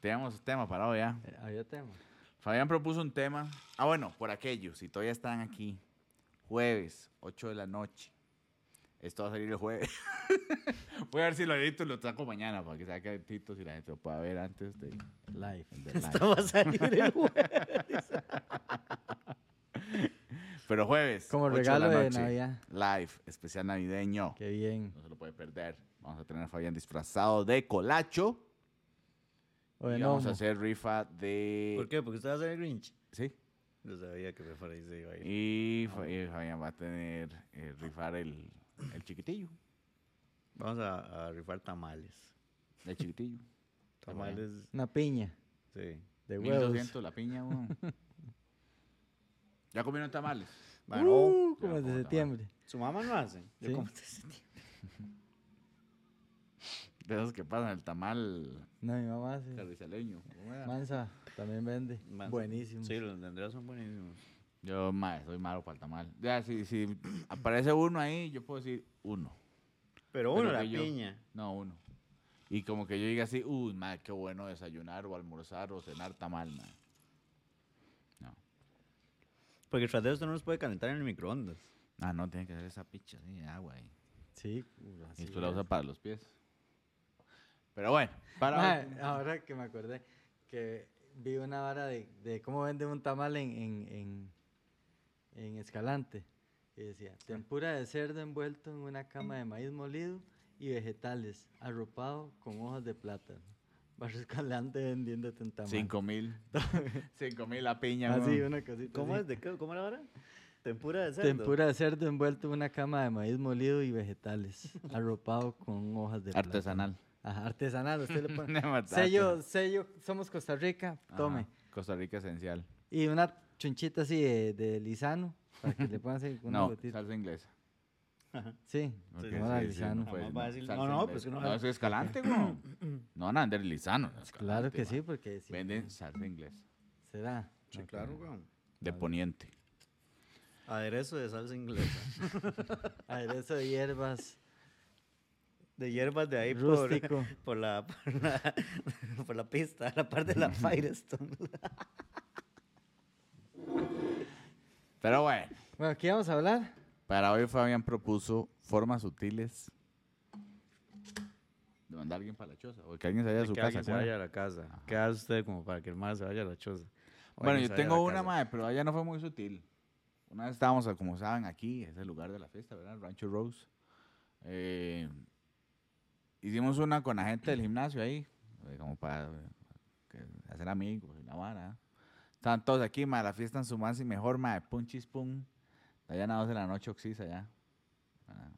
Speaker 1: tenemos tema parado ya.
Speaker 2: Eh, Había tema.
Speaker 1: Fabián propuso un tema. Ah, bueno, por aquellos, si todavía están aquí, jueves, 8 de la noche. Esto va a salir el jueves. (laughs) Voy a ver si lo edito y lo saco mañana para que saque el título si la gente lo pueda ver antes de,
Speaker 2: Live.
Speaker 1: del
Speaker 2: (laughs)
Speaker 1: live.
Speaker 3: Esto va a salir el jueves.
Speaker 1: Pero jueves,
Speaker 2: Como
Speaker 1: 8 la
Speaker 2: regalo de
Speaker 1: noche,
Speaker 2: Navidad.
Speaker 1: Live, especial navideño.
Speaker 2: Qué bien.
Speaker 1: No se lo puede perder. Vamos a tener a Fabián disfrazado de colacho.
Speaker 2: O de
Speaker 1: y vamos a
Speaker 2: gnomo.
Speaker 1: hacer rifa de...
Speaker 3: ¿Por qué? Porque usted va a ser el Grinch.
Speaker 1: Sí.
Speaker 3: No sabía que me parece iba a ir.
Speaker 1: Y, Fa- y Fabián va a tener eh, rifar el, el chiquitillo.
Speaker 3: Vamos a, a rifar tamales.
Speaker 1: El chiquitillo.
Speaker 3: Tamales,
Speaker 2: Una piña
Speaker 3: sí.
Speaker 2: (laughs) de huevos.
Speaker 1: 1200 la piña, weón. ¿Ya comieron tamales?
Speaker 3: Bueno,
Speaker 2: Uh,
Speaker 1: Ya como
Speaker 2: como el de
Speaker 1: tamal.
Speaker 2: septiembre.
Speaker 3: su mamá no hace. Yo
Speaker 2: Sí.
Speaker 3: como te sentí.
Speaker 1: De esos que pasan el tamal
Speaker 2: No, mi mamá hace.
Speaker 1: carrizaleño. ¿Cómo era?
Speaker 2: Mansa también vende.
Speaker 3: Mansa.
Speaker 2: Buenísimo.
Speaker 3: Sí, los de Andrea son buenísimos.
Speaker 1: Yo, mae, soy malo para el tamal. Ya, si, si aparece uno ahí, yo puedo decir uno. Pero
Speaker 3: Pero bueno, la
Speaker 1: que yo-
Speaker 3: piña.
Speaker 1: No, uno. Y como que yo diga así, uy, mae, qué bueno desayunar o almorzar o cenar tamal, mae.
Speaker 3: Porque tras de esto no nos puede calentar en el microondas.
Speaker 1: Ah, no, tiene que hacer esa picha así, de agua ahí.
Speaker 2: Sí, uh, así
Speaker 1: y después la
Speaker 2: es.
Speaker 1: usa para los pies. Pero bueno, para...
Speaker 2: Mae, ahora que me acordé que vi una vara de, de cómo venden un tamal en, en, en- en Escalante. Y decía, tempura de cerdo envuelto en una cama de maíz molido y vegetales, arropado con hojas de plátano. (laughs) Barrio Escalante vendiéndote un tamal.
Speaker 1: Cinco mil.
Speaker 2: (laughs)
Speaker 1: Cinco mil la piña,
Speaker 2: Así,
Speaker 1: weón.
Speaker 2: una cosita
Speaker 3: ¿Cómo
Speaker 2: así.
Speaker 3: es? ¿De qué? ¿Cómo era ahora? Tempura de cerdo.
Speaker 2: Tempura de cerdo envuelto en una cama de maíz molido y vegetales, (laughs) arropado con hojas de plátano.
Speaker 1: Artesanal.
Speaker 2: Ajá, artesanal, usted le
Speaker 1: (laughs)
Speaker 2: pone.
Speaker 1: Me mataste.
Speaker 2: sello, sello, somos Costa Rica,
Speaker 1: Ajá,
Speaker 2: tome.
Speaker 1: Costa Rica esencial.
Speaker 2: Y una chunchita así de, de lisano, para que le
Speaker 1: (laughs)
Speaker 2: puedan hacer una
Speaker 1: no,
Speaker 2: gotita.
Speaker 1: salsa inglesa.
Speaker 2: Sí,
Speaker 1: Ok,
Speaker 3: sí,
Speaker 1: sí,
Speaker 2: ahora
Speaker 1: sí,
Speaker 2: lisano.
Speaker 1: no, puedes,
Speaker 3: Jamás va a decir,
Speaker 1: salsa
Speaker 3: no, no,
Speaker 1: inglesa.
Speaker 3: pues que no
Speaker 1: No,
Speaker 3: es-
Speaker 1: eso es escalante,
Speaker 2: (coughs)
Speaker 1: weón. No van a vender lisano. en
Speaker 2: Claro
Speaker 1: Escalante,
Speaker 2: que sí,
Speaker 1: weón.
Speaker 2: porque sí,
Speaker 1: Venden salsa inglesa.
Speaker 2: será.
Speaker 3: Sí, claro, weón.
Speaker 1: De poniente.
Speaker 3: Aderezo de salsa inglesa.
Speaker 2: Aderezo de
Speaker 1: (laughs)
Speaker 2: hierbas,
Speaker 3: (laughs) De hierbas de ahí por,
Speaker 2: rústico.
Speaker 3: (laughs) por, la, por, la, (laughs) por la pista, la parte de la Firestone.
Speaker 1: Pero bueno,
Speaker 2: Bueno, ¿qué vamos a hablar?
Speaker 1: para hoy Fabián propuso formas sutiles de mandar a alguien para la choza. O que alguien se vaya a su
Speaker 3: que
Speaker 1: casa.
Speaker 3: alguien se
Speaker 1: ¿cómo era?
Speaker 3: vaya a la casa. ¿Qué hace usted como para que el mar se vaya a la choza? O
Speaker 1: Bueno, yo
Speaker 3: alguien se vaya a
Speaker 1: tengo
Speaker 3: la
Speaker 1: una,
Speaker 3: casa.
Speaker 1: madre, pero allá no fue muy sutil. Una vez estábamos, a- como saben, aquí, es el lugar de la fiesta, ¿verdad? Rancho Rose. Eh, hicimos una con la gente del gimnasio ahí, eh, como para eh, que- hacer amigos y la vara. Estaban todos aquí, madre, la fiesta en su más y mejor, madre, pun chis pun. Allá a las 12 de la noche, Oxisa, allá. Ah.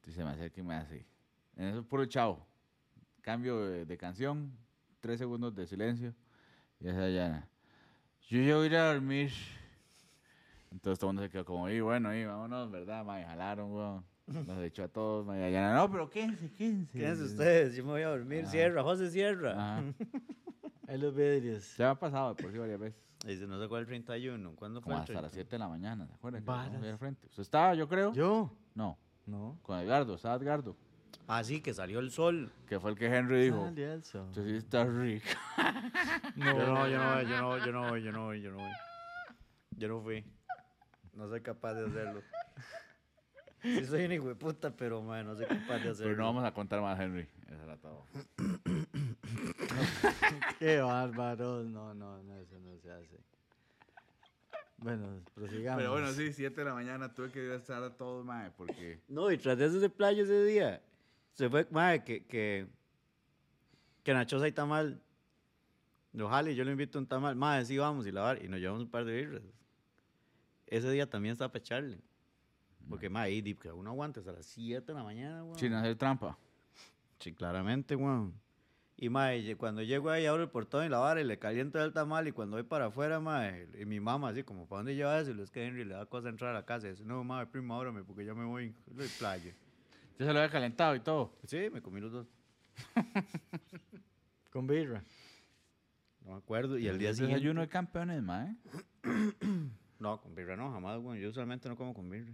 Speaker 1: Entonces se me acerca y me hace. En eso, puro chavo. Cambio de, de canción, tres segundos de silencio. Ya se allana. Yo ya voy a ir a dormir. Entonces todo el mundo se quedó como, y bueno, y vámonos, ¿verdad? Me jalaron, weón. Nos echó a todos, ma, y allana, No, pero quédense, quédense.
Speaker 3: Quédense ustedes, yo me voy a dormir.
Speaker 1: Ajá.
Speaker 3: Cierra, José, cierra.
Speaker 1: Ajá.
Speaker 2: Ahí los vidrios.
Speaker 1: Se me ha pasado de por sí varias veces.
Speaker 3: Dice, no sé cuál el 31. ¿Cuándo fue
Speaker 1: Como
Speaker 3: el
Speaker 1: hasta las 7 de la mañana, ¿te acuerdas? Que estábamos ahí
Speaker 2: Varas.
Speaker 1: al frente. Usted estaba, yo creo.
Speaker 2: ¿Yo?
Speaker 1: No,
Speaker 2: No.
Speaker 1: con Edgardo, estaba Edgardo.
Speaker 3: Ah, sí, que salió el sol.
Speaker 1: Que fue el que Henry dijo.
Speaker 2: Salió el sol.
Speaker 1: Usted sí está rico.
Speaker 3: Yo no, yo no, yo no, yo no, voy, yo no, voy, yo no. voy. Yo no fui. No soy capaz de hacerlo. Sí soy un hijo de puta, pero man, no soy capaz de hacerlo.
Speaker 1: Pero no vamos a contar más, Henry. Eso era todo.
Speaker 2: Qué bárbaro. No, no, no, eso no se hace. Bueno, prosigamos.
Speaker 1: Pero bueno, sí, 7 de la mañana tuve que ir a estar a todos, mae, porque.
Speaker 3: No, y tras de eso se playa ese día. Se fue, madre, que, que, que Nacho está mal. Lo jale, yo le invito un tamal. Madre, sí vamos y lavar. Y nos llevamos un par de birras. Ese día también está para echarle. Porque, madre, y di- que uno aguanta hasta las 7 de la mañana, weón.
Speaker 1: Sin hacer trampa.
Speaker 3: Sí, claramente, weón. Y mae, lle- cuando llego ahí, abro el portón y la vara y le caliento el tamal. Y cuando voy para afuera, mae, y mi mamá, así como, ¿para dónde lleva eso? Y le es que Henry le da cosa entrar a la casa. Y dice, no, mae, prima, ábrame porque ya me voy. Yo de playa.
Speaker 1: Yo se lo había calentado y todo.
Speaker 3: Sí, me comí los dos.
Speaker 2: Con birra.
Speaker 3: No me acuerdo. Y el día
Speaker 1: Un
Speaker 3: siguiente.
Speaker 1: Desayuno de campeones, mae.
Speaker 3: No, con birra no, jamás, güey. Yo usualmente no como con birra.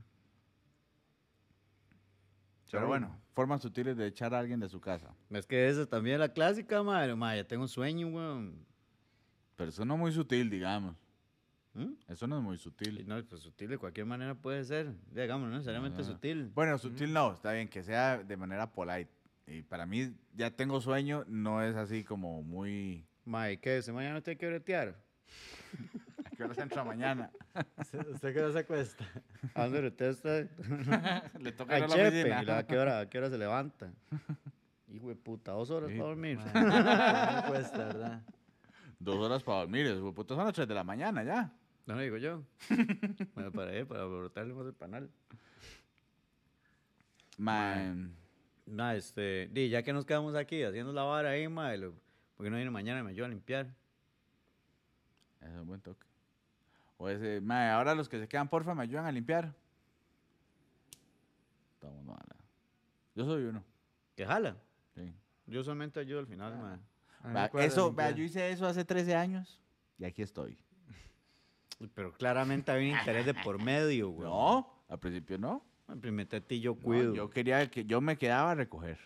Speaker 1: Pero bueno, formas sutiles de echar a alguien de su casa.
Speaker 3: Es que esa también es la clásica, madre. Madre, ya tengo un sueño, güey.
Speaker 1: Pero eso no es muy sutil, digamos.
Speaker 3: ¿Mm?
Speaker 1: Eso no es muy
Speaker 3: Y
Speaker 1: sutil.
Speaker 3: No, pues sutil de cualquier manera puede ser. Digamos, no necesariamente
Speaker 1: Ajá.
Speaker 3: sutil.
Speaker 1: Bueno, sutil no, está bien, que sea de manera polite. Y para mí, ya tengo sueño, no es así como muy...
Speaker 3: Madre, ¿qué? ¿Ese mañana tiene que bretear?
Speaker 1: ¿A qué hora se entra mañana?
Speaker 2: ¿Usted usted qué se acuesta?
Speaker 3: ¿A dónde
Speaker 1: (laughs)
Speaker 3: retesta?
Speaker 1: (laughs) Le toca ir
Speaker 3: Ay,
Speaker 1: a la
Speaker 3: chepe.
Speaker 1: oficina.
Speaker 3: ¿Y la- a qué hora, a qué hora
Speaker 1: (laughs)
Speaker 3: se levanta? Hijo de puta, dos horas
Speaker 1: Sí,
Speaker 3: para dormir.
Speaker 2: Mae,
Speaker 3: (laughs)
Speaker 2: no cuesta, ¿verdad?
Speaker 1: Dos horas para dormir, esos putos son las tres de la mañana ya.
Speaker 3: No lo digo (laughs) yo. Bueno, para ir, para brotarle más el panal.
Speaker 1: Man,
Speaker 3: Nah, este, di, ya que nos quedamos aquí haciendo la vara ahí, madre, lo- ¿por qué no viene mañana y me ayuda a limpiar?
Speaker 1: eso es un buen toque. O ese, mae, ahora los que se quedan, porfa, me ayudan a limpiar. Todo mundo ala. Yo soy uno.
Speaker 3: Que jala.
Speaker 1: sí.
Speaker 3: Yo solamente ayudo al final, madre.
Speaker 2: A mí
Speaker 1: Vea,
Speaker 2: me cuadra
Speaker 1: eso, vea,
Speaker 2: limpiar.
Speaker 1: yo hice eso hace 13 años y aquí estoy.
Speaker 3: Pero claramente hay un interés de por medio, güey.
Speaker 1: No, al principio no.
Speaker 3: Ay, Primete a ti yo
Speaker 1: No,
Speaker 3: cuido.
Speaker 1: yo quería que yo me quedaba a recoger.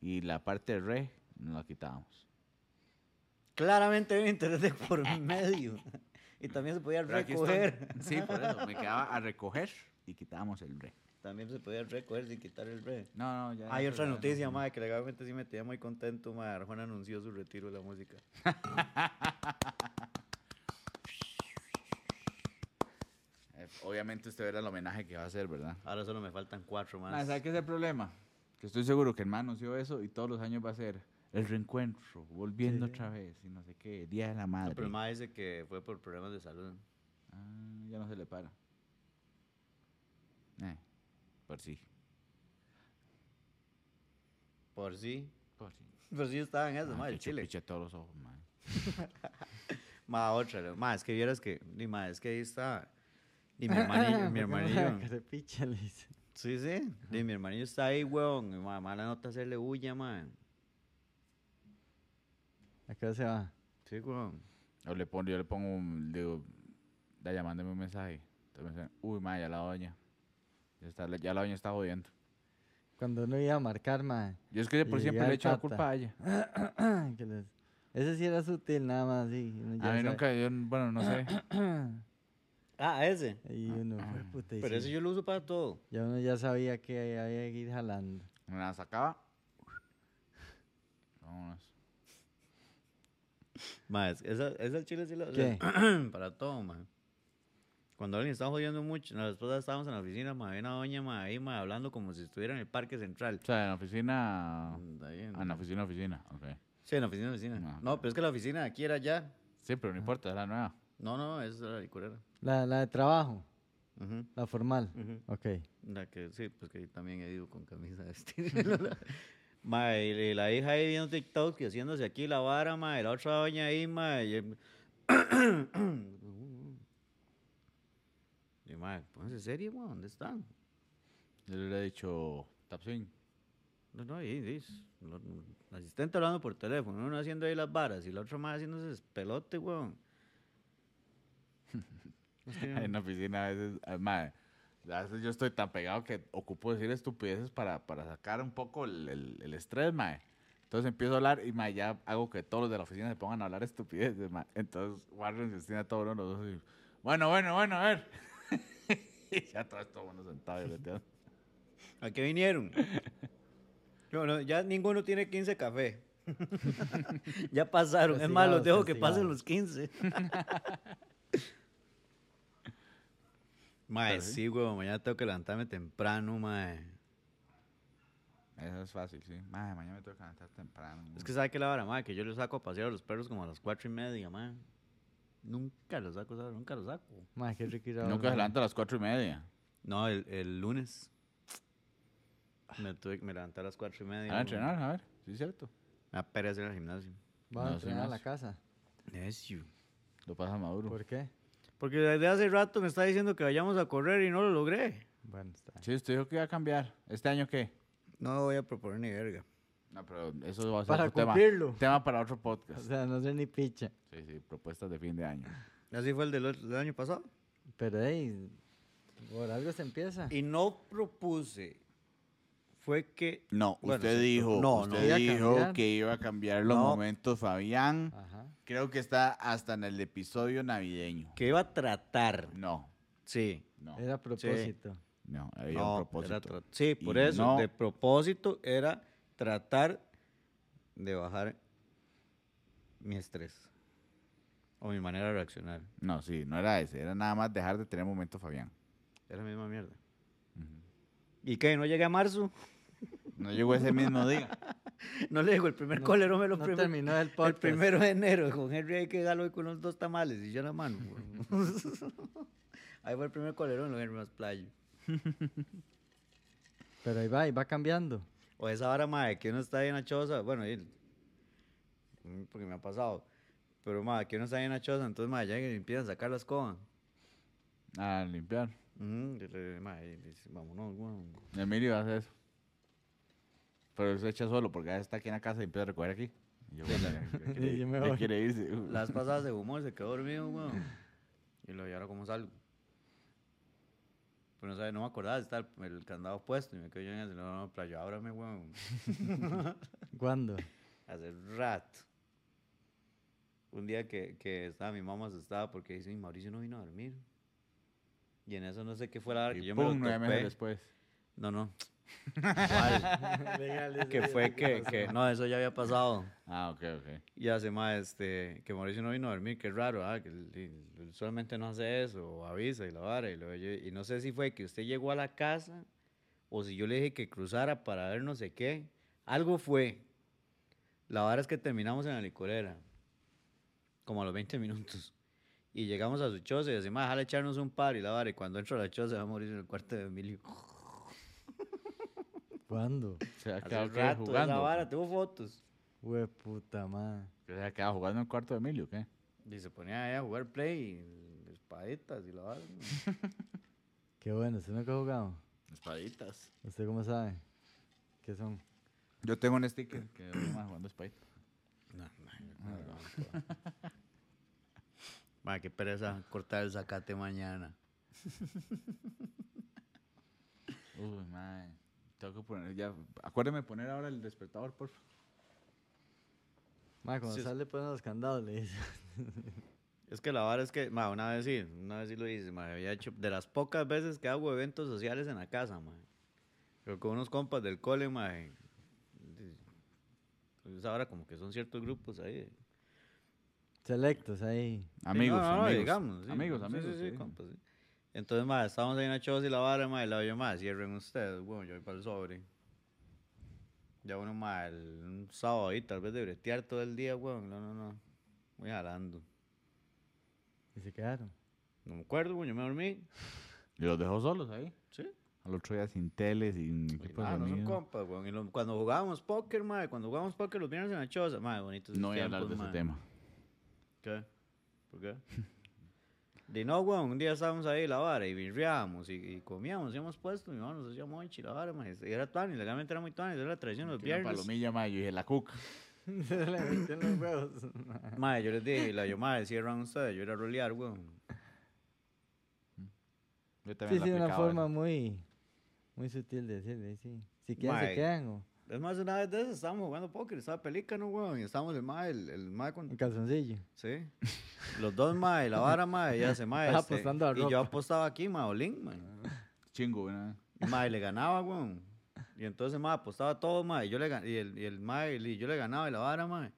Speaker 1: Y la parte de re nos la quitábamos.
Speaker 3: Claramente hay un interés de por
Speaker 2: (laughs)
Speaker 3: medio. Y también se podía
Speaker 1: Pero aquí
Speaker 3: recoger.
Speaker 1: estoy. Sí, por eso. Me quedaba a recoger y quitábamos el re.
Speaker 3: También se podía recoger sin quitar el bre.
Speaker 1: No, no, ya.
Speaker 3: Ah, Hay
Speaker 1: eso
Speaker 3: otra
Speaker 1: ya no.
Speaker 3: noticia, madre, que legalmente sí me tenía muy contento, madre. Arjona anunció su retiro de la música.
Speaker 1: Eh, Obviamente usted verá el homenaje que va a hacer, ¿verdad?
Speaker 3: Ahora solo me faltan cuatro
Speaker 1: Mae,
Speaker 3: más.
Speaker 1: ¿Sabe qué es el problema? Que estoy seguro que el man anunció eso y todos los años va a ser el reencuentro, volviendo otra vez y no sé qué, Día de la Madre.
Speaker 3: Pero el mae dice que fue por problemas de salud.
Speaker 1: Ah, ya no se le para. Eh, por sí.
Speaker 3: Por sí.
Speaker 1: Por Pues sí.
Speaker 3: Por sí estaban esas,
Speaker 1: Ah,
Speaker 3: madre,
Speaker 1: que
Speaker 3: el chile.
Speaker 1: chupiche todos los ojos, mae.
Speaker 3: Ma, otra, ma, es que vieras que, ni ma, es que ahí está, y mi
Speaker 1: (laughs)
Speaker 3: hermanillo, mi
Speaker 2: ¿Por qué no le da
Speaker 3: hermanillo,
Speaker 2: carepicha, le dice?
Speaker 3: sí, sí, y mi hermanillo está ahí, weón, y ma, mala nota hacerle bulla, ma,
Speaker 2: ¿A qué hora se va?
Speaker 3: sí, weón,
Speaker 1: Yo le pongo, yo le pongo, un- le digo, ya mándeme un mensaje. Entonces me dicen, uy, mae, ya la doña. Ya, está- ya la doña está jodiendo.
Speaker 2: Cuando uno iba a marcar, mae.
Speaker 1: Yo es que de por
Speaker 2: Y
Speaker 1: siempre
Speaker 2: ya
Speaker 1: le
Speaker 2: el
Speaker 1: he hecho la
Speaker 2: tata.
Speaker 1: culpa a ella.
Speaker 2: que les- Ese sí era sutil, nada más, sí. uno ya
Speaker 1: A mí
Speaker 2: sabe.
Speaker 1: nunca, yo, bueno, no
Speaker 3: (clears throat)
Speaker 1: sé.
Speaker 3: ah, ese,
Speaker 2: Y uno, fue puta, y
Speaker 3: pero
Speaker 2: sí,
Speaker 3: ese yo lo uso para todo,
Speaker 2: Ya uno ya sabía que había que ir jalando.
Speaker 1: Me la sacaba. Vámonos.
Speaker 3: ma, es, esa, esa el chile sí lo (clears throat)
Speaker 2: ¿Qué?
Speaker 3: para todo, ma, cuando alguien está jodiendo mucho, las esposas estábamos en la oficina, ma, había una doña, ma, ahí, ma, hablando como si estuviera en el parque central,
Speaker 1: O sea, en la oficina.
Speaker 3: Ahí en-
Speaker 1: Ah, en la oficina, oficina. Ok.
Speaker 3: sí, en la oficina, oficina,
Speaker 1: Ah,
Speaker 3: no, pero es que la oficina de aquí era allá,
Speaker 1: Sí, pero no importa, es la nueva.
Speaker 3: no, no, esa era la licorera,
Speaker 2: La, la de trabajo,
Speaker 3: Ujú,
Speaker 2: la formal.
Speaker 3: ujú.
Speaker 2: Ok.
Speaker 3: La que sí, pues que también he ido con camisa vestida. (laughs) ma, y y la hija ahí viendo TikTok y haciéndose aquí la vara, ma, y la otra doña ahí, ma. Y, (coughs) y ma, pónganse serio, ma, ¿dónde están?
Speaker 1: Yo le hubiera dicho tap swing.
Speaker 3: No, no, ahí, dis, lo- la asistente hablando por teléfono, uno haciendo ahí las varas y la otra más haciéndose pelote, weón. Es que
Speaker 1: (laughs) En la oficina a veces, ah, madre, a veces yo estoy tan pegado que ocupo decir estupideces para, para sacar un poco el, el- el estrés, mae. Entonces empiezo a hablar y mae, ya hago que todos los de la oficina se pongan a hablar estupideces, mae. Entonces Warren se tiene a todos los dos y, bueno, bueno, bueno, a ver. (laughs) y ya todo todo mundo sentado y breteando.
Speaker 3: ¿A qué (laughs) vinieron? No, no, ya ninguno tiene 15 café. (laughs) ya pasaron. Es más, los
Speaker 2: Castigados,
Speaker 3: dejo que pasen
Speaker 2: castigados.
Speaker 3: los 15. (laughs) mae,
Speaker 1: Pero sí.
Speaker 3: sí, güey. Mañana tengo que levantarme temprano, mae.
Speaker 1: Eso es fácil, sí. Mae, mañana me tengo que levantar temprano.
Speaker 3: Es que sabe que la vara, mae, que yo los saco a pasear a los perros como a las 4 y media, mae. Nunca los saco, ¿sabes? Nunca los saco.
Speaker 2: Mae, qué rico ir a
Speaker 1: Nunca se
Speaker 2: dormir.
Speaker 1: levanta a las cuatro y media.
Speaker 3: No, el, el lunes. Me tuve que me levantar a las cuatro y media.
Speaker 1: A
Speaker 3: weón.
Speaker 1: entrenar, a ver, sí es cierto.
Speaker 3: Me da pereza ir al gimnasio.
Speaker 1: No,
Speaker 2: Va a
Speaker 1: sí,
Speaker 2: entrenar a la
Speaker 1: más.
Speaker 2: casa.
Speaker 3: Necio.
Speaker 1: Lo pasa maduro.
Speaker 2: ¿Por qué?
Speaker 3: Porque desde hace rato me está diciendo que vayamos a correr y no lo logré.
Speaker 2: Bueno, está.
Speaker 1: Sí, usted dijo que iba a cambiar. ¿Este año qué?
Speaker 3: No voy a proponer ni verga.
Speaker 1: No, pero eso va a ser
Speaker 2: Para
Speaker 1: otro tema.
Speaker 2: cumplirlo.
Speaker 1: Tema para otro
Speaker 3: Pues
Speaker 2: O
Speaker 1: podcast.
Speaker 2: sea, no sé ni picha.
Speaker 1: Sí, sí, propuestas de fin de año.
Speaker 3: Así fue el del, otro- del año pasado.
Speaker 2: Pero hey, por algo se empieza.
Speaker 3: Y no propuse. Fue que.
Speaker 1: No,
Speaker 3: Bueno,
Speaker 1: usted
Speaker 3: sí,
Speaker 1: dijo,
Speaker 3: no,
Speaker 1: usted
Speaker 2: no. Iba a
Speaker 1: dijo
Speaker 2: cambiar. Ah.
Speaker 1: que iba a cambiar los
Speaker 3: No.
Speaker 1: momentos, Fabián.
Speaker 2: Ajá.
Speaker 1: Creo que está hasta en el episodio navideño.
Speaker 3: Que iba a tratar.
Speaker 1: No,
Speaker 3: Sí.
Speaker 1: no,
Speaker 2: Era a propósito.
Speaker 1: no, había
Speaker 3: No,
Speaker 1: un
Speaker 3: era
Speaker 1: propósito.
Speaker 3: tra- sí,
Speaker 1: Y
Speaker 3: por eso.
Speaker 1: no-
Speaker 3: De propósito era tratar de bajar mi estrés. O mi manera de reaccionar.
Speaker 1: No, sí, no era ese, era nada más dejar de tener momentos, Fabián.
Speaker 3: Era la misma mierda.
Speaker 1: Ujú.
Speaker 3: ¿Y qué? ¿No llegué a marzo? (laughs)
Speaker 1: No llegó ese mismo (laughs) día.
Speaker 3: No le digo, el primer
Speaker 2: No-
Speaker 3: colero me lo
Speaker 2: No
Speaker 3: primer-
Speaker 2: terminó el
Speaker 3: El
Speaker 2: podcast.
Speaker 3: primero de enero, con Henry hay que darlo con unos dos tamales y yo en la mano. weón. Ahí fue el primer colero en los Henry más playo.
Speaker 2: Pero ahí va, ahí va cambiando.
Speaker 3: O esa hora, madre, que uno está ahí en la choza. Bueno, y- mm, porque me ha pasado. Pero, madre, que uno está ahí en la choza, entonces, madre, ya que empiezan a sacar las escoba.
Speaker 1: A Ah, limpiar.
Speaker 3: Ujú, y le- madre, y dice, vámonos, weón.
Speaker 1: Emilio hace eso. Pero él se echa solo porque ya está aquí en la casa y empieza a recoger aquí. Y yo, bueno, ya-
Speaker 3: (laughs)
Speaker 1: ya quiere,
Speaker 2: Y yo me
Speaker 1: ya
Speaker 2: voy.
Speaker 1: quiere irse.
Speaker 3: Las pasadas de humor se quedó dormido, weón. Y lo ¿y ahora cómo salgo? Pues no sabe, no me acordaba de estar el candado puesto y me quedo yo en el no, no, playo, ábrame, weón.
Speaker 2: ¿Cuándo?
Speaker 3: Hace rato. Un día que, que estaba mi mamá asustada porque dice, "Y Mauricio no vino a dormir. Y en eso no sé qué fue la hora que
Speaker 1: Y
Speaker 3: yo
Speaker 1: pum,
Speaker 3: me
Speaker 1: nueve
Speaker 3: lo
Speaker 1: meses
Speaker 3: topé.
Speaker 1: después.
Speaker 3: No, no.
Speaker 2: (laughs)
Speaker 3: ¿Cuál? que fue que, que, no, eso ya había pasado.
Speaker 1: Ah, ok, ok.
Speaker 3: Y hace más, este, que Mauricio no vino a dormir, qué raro, ah, que él- él- él solamente no hace eso, o avisa y la vara. Y, luego yo- y no sé si fue que usted llegó a la casa o si yo le dije que cruzara para ver no sé qué. Algo fue. La vara es que terminamos en la licorera, como a los 20 minutos. Y llegamos a su choza y decimos, déjale echarnos un par y la vara. Y cuando entro a la choza, va Mauricio en el cuarto de Emilio.
Speaker 2: ¿Cuándo?
Speaker 1: Se ha
Speaker 3: Hace
Speaker 1: quedado ¿qué?
Speaker 3: rato esa
Speaker 1: jugando.
Speaker 3: vara, tengo fotos.
Speaker 2: Hue puta madre.
Speaker 1: Que se ha quedado jugando en el cuarto de Emilio, ¿qué?
Speaker 3: Y se ponía ahí a jugar play, y espaditas y la vara. ¿no?
Speaker 2: Qué bueno, ¿usted nunca ha jugado?
Speaker 1: Espaditas.
Speaker 2: ¿Usted cómo sabe? ¿Qué son?
Speaker 1: Yo tengo un sticker que veo más jugando espaditas.
Speaker 3: No, Ma, qué pereza cortar el zacate mañana.
Speaker 1: Uy, madre. Tengo que poner ya. Acuérdeme poner ahora el despertador, por favor.
Speaker 2: Madre, cuando
Speaker 3: Sí, es-
Speaker 2: sale le ponen los candados, le dice. (laughs)
Speaker 3: Es que la vara es que, ma, una vez sí, una vez sí lo hice, ma, había hecho, de las pocas veces que hago eventos sociales en la casa, ma. Pero con unos compas del cole, ma. y- Pues ahora como que son ciertos grupos ahí.
Speaker 2: Selectos ahí.
Speaker 1: Amigos,
Speaker 3: Sí, no, no, no,
Speaker 1: amigos.
Speaker 3: digamos, sí.
Speaker 1: amigos,
Speaker 3: Sí,
Speaker 1: amigos.
Speaker 3: sí, sí,
Speaker 1: sí.
Speaker 3: compas, sí. Entonces, ma, estábamos ahí en la choza y la vara, ma, y la yo, ma, cierren ustedes, bueno, yo voy para el sobre. Ya uno, ma, el- un sábado ahí, tal vez de bretear todo el día, weón, no, no, no. Voy jalando.
Speaker 2: Y se quedaron.
Speaker 3: No me acuerdo, weón, yo me dormí.
Speaker 1: Y los dejó solos ahí.
Speaker 3: Sí.
Speaker 1: Al otro día sin tele, sin
Speaker 3: Y,
Speaker 1: equipo de
Speaker 3: ma, ah, no son
Speaker 1: sonido.
Speaker 3: compas, weón. Y lo- cuando jugábamos póker, ma, cuando jugábamos póker los viernes en la choza, ma, bonitos
Speaker 1: No voy a
Speaker 3: tiempos,
Speaker 1: hablar de ese
Speaker 3: ma.
Speaker 1: tema.
Speaker 3: ¿Qué? ¿Por qué? (laughs) De no, weón, un día estábamos ahí la vara y birriábamos y, y comíamos, íbamos puesto, mi mamá nos hacía monchi la vara, ma, y era tuanis, legalmente era muy tuanis, era la tradición los
Speaker 1: Que una
Speaker 3: viernes.
Speaker 1: palomilla, ma, yo dije, la cuca.
Speaker 2: (laughs) se le meten los huevos.
Speaker 3: Ma, yo les dije, la yo, ma, cierran ustedes, yo era a rolear, weón.
Speaker 1: Yo
Speaker 2: sí,
Speaker 1: también la
Speaker 2: sí, una
Speaker 1: aplicaba
Speaker 2: forma
Speaker 1: esa.
Speaker 2: muy, muy sutil de decirle, ahí sí. Si quieren,
Speaker 3: Mae.
Speaker 2: se quedan o
Speaker 3: Es más, una vez de esas estábamos jugando póker, estaba pelícano, weón, y estábamos el ma, el, el ma con
Speaker 2: en calzoncillo.
Speaker 3: Sí. Los dos, ma, y la vara, ma, y ya se, ma,
Speaker 2: Estaba
Speaker 3: este,
Speaker 2: apostando a
Speaker 3: Y yo
Speaker 2: ropa.
Speaker 3: apostaba aquí, ma, olín, ma.
Speaker 1: Chingo, ¿verdad?
Speaker 3: Y, Mae, le ganaba, weón. Y entonces, mae, apostaba todo, mae. Y yo le, gan- y el, y el mae, y yo le ganaba y la vara, mae.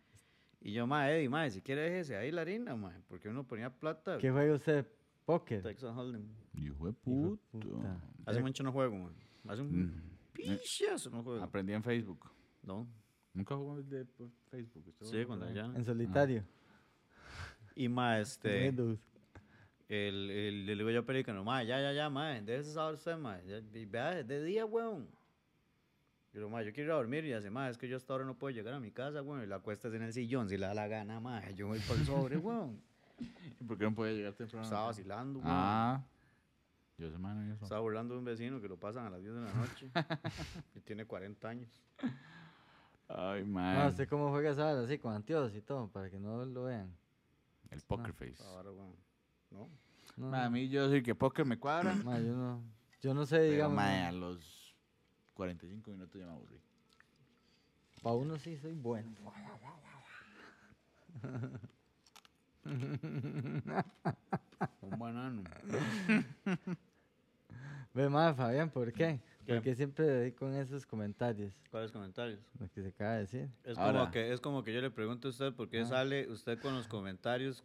Speaker 3: Y yo, mae, Eddie, mae, si quiere déjese ahí la harina, mae. Porque uno ponía plata.
Speaker 2: ¿Qué juega usted? ¿Póker?
Speaker 3: Texas Hold'em.
Speaker 1: Hijo de
Speaker 2: Hijo de
Speaker 1: puto.
Speaker 2: puta.
Speaker 3: Hace mucho no juego, mae. Hace un
Speaker 1: Mm.
Speaker 3: pichazo no
Speaker 2: Ah,
Speaker 3: juego.
Speaker 1: Aprendí en Facebook.
Speaker 3: No.
Speaker 1: Nunca jugó de por Facebook. ¿usted
Speaker 3: Sí,
Speaker 1: jugó
Speaker 3: cuando
Speaker 1: por ahí?
Speaker 3: allá.
Speaker 2: En solitario.
Speaker 1: Ah,
Speaker 3: Y mae,
Speaker 2: en
Speaker 3: este.
Speaker 2: Windows.
Speaker 3: El, el, le digo yo a Pericano, mae, ya, ya, ya, mae. Déjese saber usted, mae. ya- y Vea, es de día, weón. Y lo, mae, yo quiero ir a dormir. Y hace, mae, es que yo hasta ahora no puedo llegar a mi casa, weón. Y la cuestas en el sillón, si le da la gana, mae. Yo voy por el sobre, (laughs) weón.
Speaker 1: ¿Y por qué no podía llegar temprano? a la
Speaker 3: Estaba
Speaker 1: casa?
Speaker 3: vacilando, weón.
Speaker 1: Ah. Yo ese mae no hizo.
Speaker 3: Estaba burlando de un vecino que lo pasan a las 10 de la
Speaker 1: (laughs)
Speaker 3: noche. y tiene 40 años.
Speaker 1: Ay,
Speaker 2: No,
Speaker 1: mae.
Speaker 2: ¿usted cómo juega esa vara? Así, con anteojos y todo, para que no lo vean.
Speaker 1: El poker
Speaker 2: Ah.
Speaker 1: face.
Speaker 3: Ahora, weón. ¿No?
Speaker 2: No,
Speaker 1: Mae, a
Speaker 2: no.
Speaker 1: mí yo decir que poker me cuadra.
Speaker 2: Ma, yo no, yo no sé,
Speaker 1: pero,
Speaker 2: digamos,
Speaker 1: mae, a los 45 minutos ya me aburrí.
Speaker 2: para uno sí soy bueno.
Speaker 3: Un banano.
Speaker 2: Ve más, Fabián, ¿por qué?
Speaker 3: ¿Qué?
Speaker 2: Porque siempre con esos comentarios,
Speaker 3: ¿Cuáles comentarios?
Speaker 2: lo que se acaba de decir.
Speaker 3: Es,
Speaker 1: Ahora.
Speaker 3: como que, es como que yo le pregunto a usted por qué
Speaker 2: Ah.
Speaker 3: sale usted con los comentarios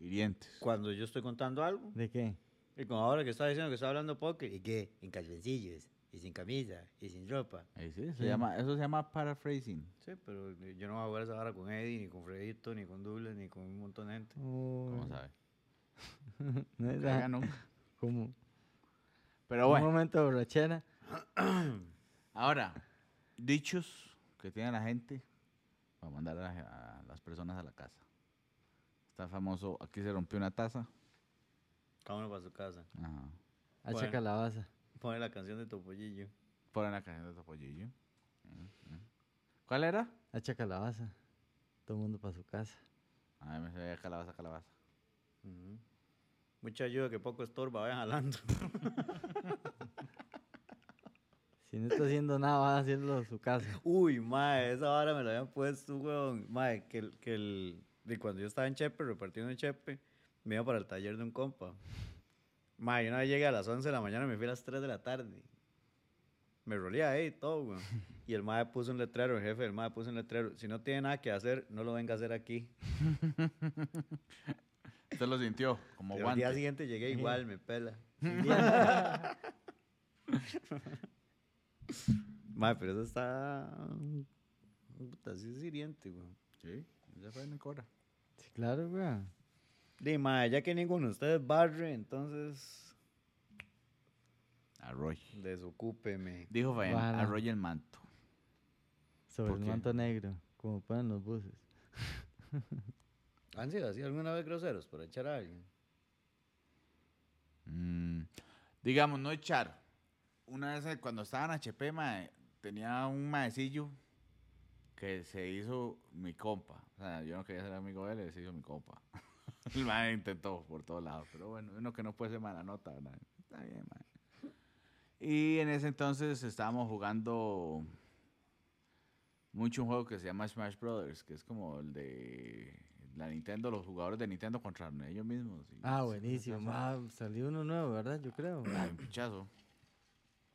Speaker 1: Hirientes.
Speaker 3: cuando yo estoy contando algo.
Speaker 2: ¿De qué?
Speaker 3: Y como ahora que está diciendo que está hablando poker. ¿Y qué? En calzoncillos, y sin camisa, y sin ropa.
Speaker 1: Ahí sí, se
Speaker 2: Sí.
Speaker 1: llama, eso se llama paraphrasing.
Speaker 3: Sí, pero yo no voy a jugar esa vara con Eddie, ni con Fredito, ni con Douglas, ni con un montón de gente.
Speaker 1: ¿Cómo
Speaker 2: Uy,
Speaker 1: sabe?
Speaker 2: no es
Speaker 1: Caga
Speaker 2: la-
Speaker 1: nunca.
Speaker 2: como
Speaker 1: Pero
Speaker 2: un
Speaker 1: bueno,
Speaker 2: momento de borrachera.
Speaker 1: ahora, dichos que tiene la gente para mandar a, la- a las personas a la casa. Está famoso, aquí se rompió una taza.
Speaker 3: Cada uno para su casa.
Speaker 1: Ajá.
Speaker 2: Hacha
Speaker 3: Bueno.
Speaker 2: calabaza.
Speaker 3: Pone la canción de Topollillo.
Speaker 1: Ponen la canción de Topollillo. Mm, mm. ¿Cuál era?
Speaker 2: Hacha calabaza. Todo el mundo para su casa.
Speaker 1: A Ah, me se veía calabaza, calabaza.
Speaker 3: Ujú. Mucha ayuda que poco estorba, vayan jalando.
Speaker 2: Si no está haciendo (laughs) nada, va a hacerlo a su casa.
Speaker 3: Uy, mae, esa vara me la habían puesto, weón. Mae, que el, que el. De cuando yo estaba en Chepe, repartiendo en Chepe, me iba para el taller de un compa. Mae, yo una vez llegué a las 11 de la mañana y me fui a las 3 de la tarde. Me rolé ahí y todo, weón. Y el mae puso un letrero, el jefe del mae puso un letrero. Si no tiene nada que hacer, no lo venga a hacer aquí.
Speaker 1: Usted lo sintió como
Speaker 3: Pero al día
Speaker 1: guante.
Speaker 3: siguiente llegué igual, me
Speaker 1: (laughs)
Speaker 3: pela. mae, pero eso está. Puta, sí es hiriente, weón.
Speaker 1: Sí, ya fue en el Cora.
Speaker 2: Sí, claro, weón.
Speaker 3: Di, mae, ya que ninguno de ustedes barre, entonces.
Speaker 1: Arroy.
Speaker 3: Desocúpeme.
Speaker 1: Dijo Fabián,
Speaker 2: Ojalá.
Speaker 1: arroya el manto.
Speaker 2: Sobre
Speaker 1: ¿Por
Speaker 2: el
Speaker 1: qué?
Speaker 2: manto negro, como ponen los buses.
Speaker 3: ¿Han sido así alguna vez groseros por echar a alguien?
Speaker 1: Mm, digamos, no echar. Una vez eh, cuando estaba en HP, mae, tenía un maecillo que se hizo mi compa. O sea, yo no quería ser amigo de él, él se hizo mi compa. (laughs) El mae intentó por todos lados, pero bueno, uno que no puede ser mala nota, ¿verdad? Está bien, mae. Y en ese entonces estábamos jugando mucho un juego que se llama Smash Brothers, que es como el de la Nintendo, los jugadores de Nintendo contra ellos mismos. y
Speaker 2: Ah,
Speaker 1: esas
Speaker 2: buenísimo.
Speaker 1: cosas.
Speaker 2: ma, salió uno nuevo, ¿verdad? Yo (laughs) creo.
Speaker 1: Ay, un pichazo.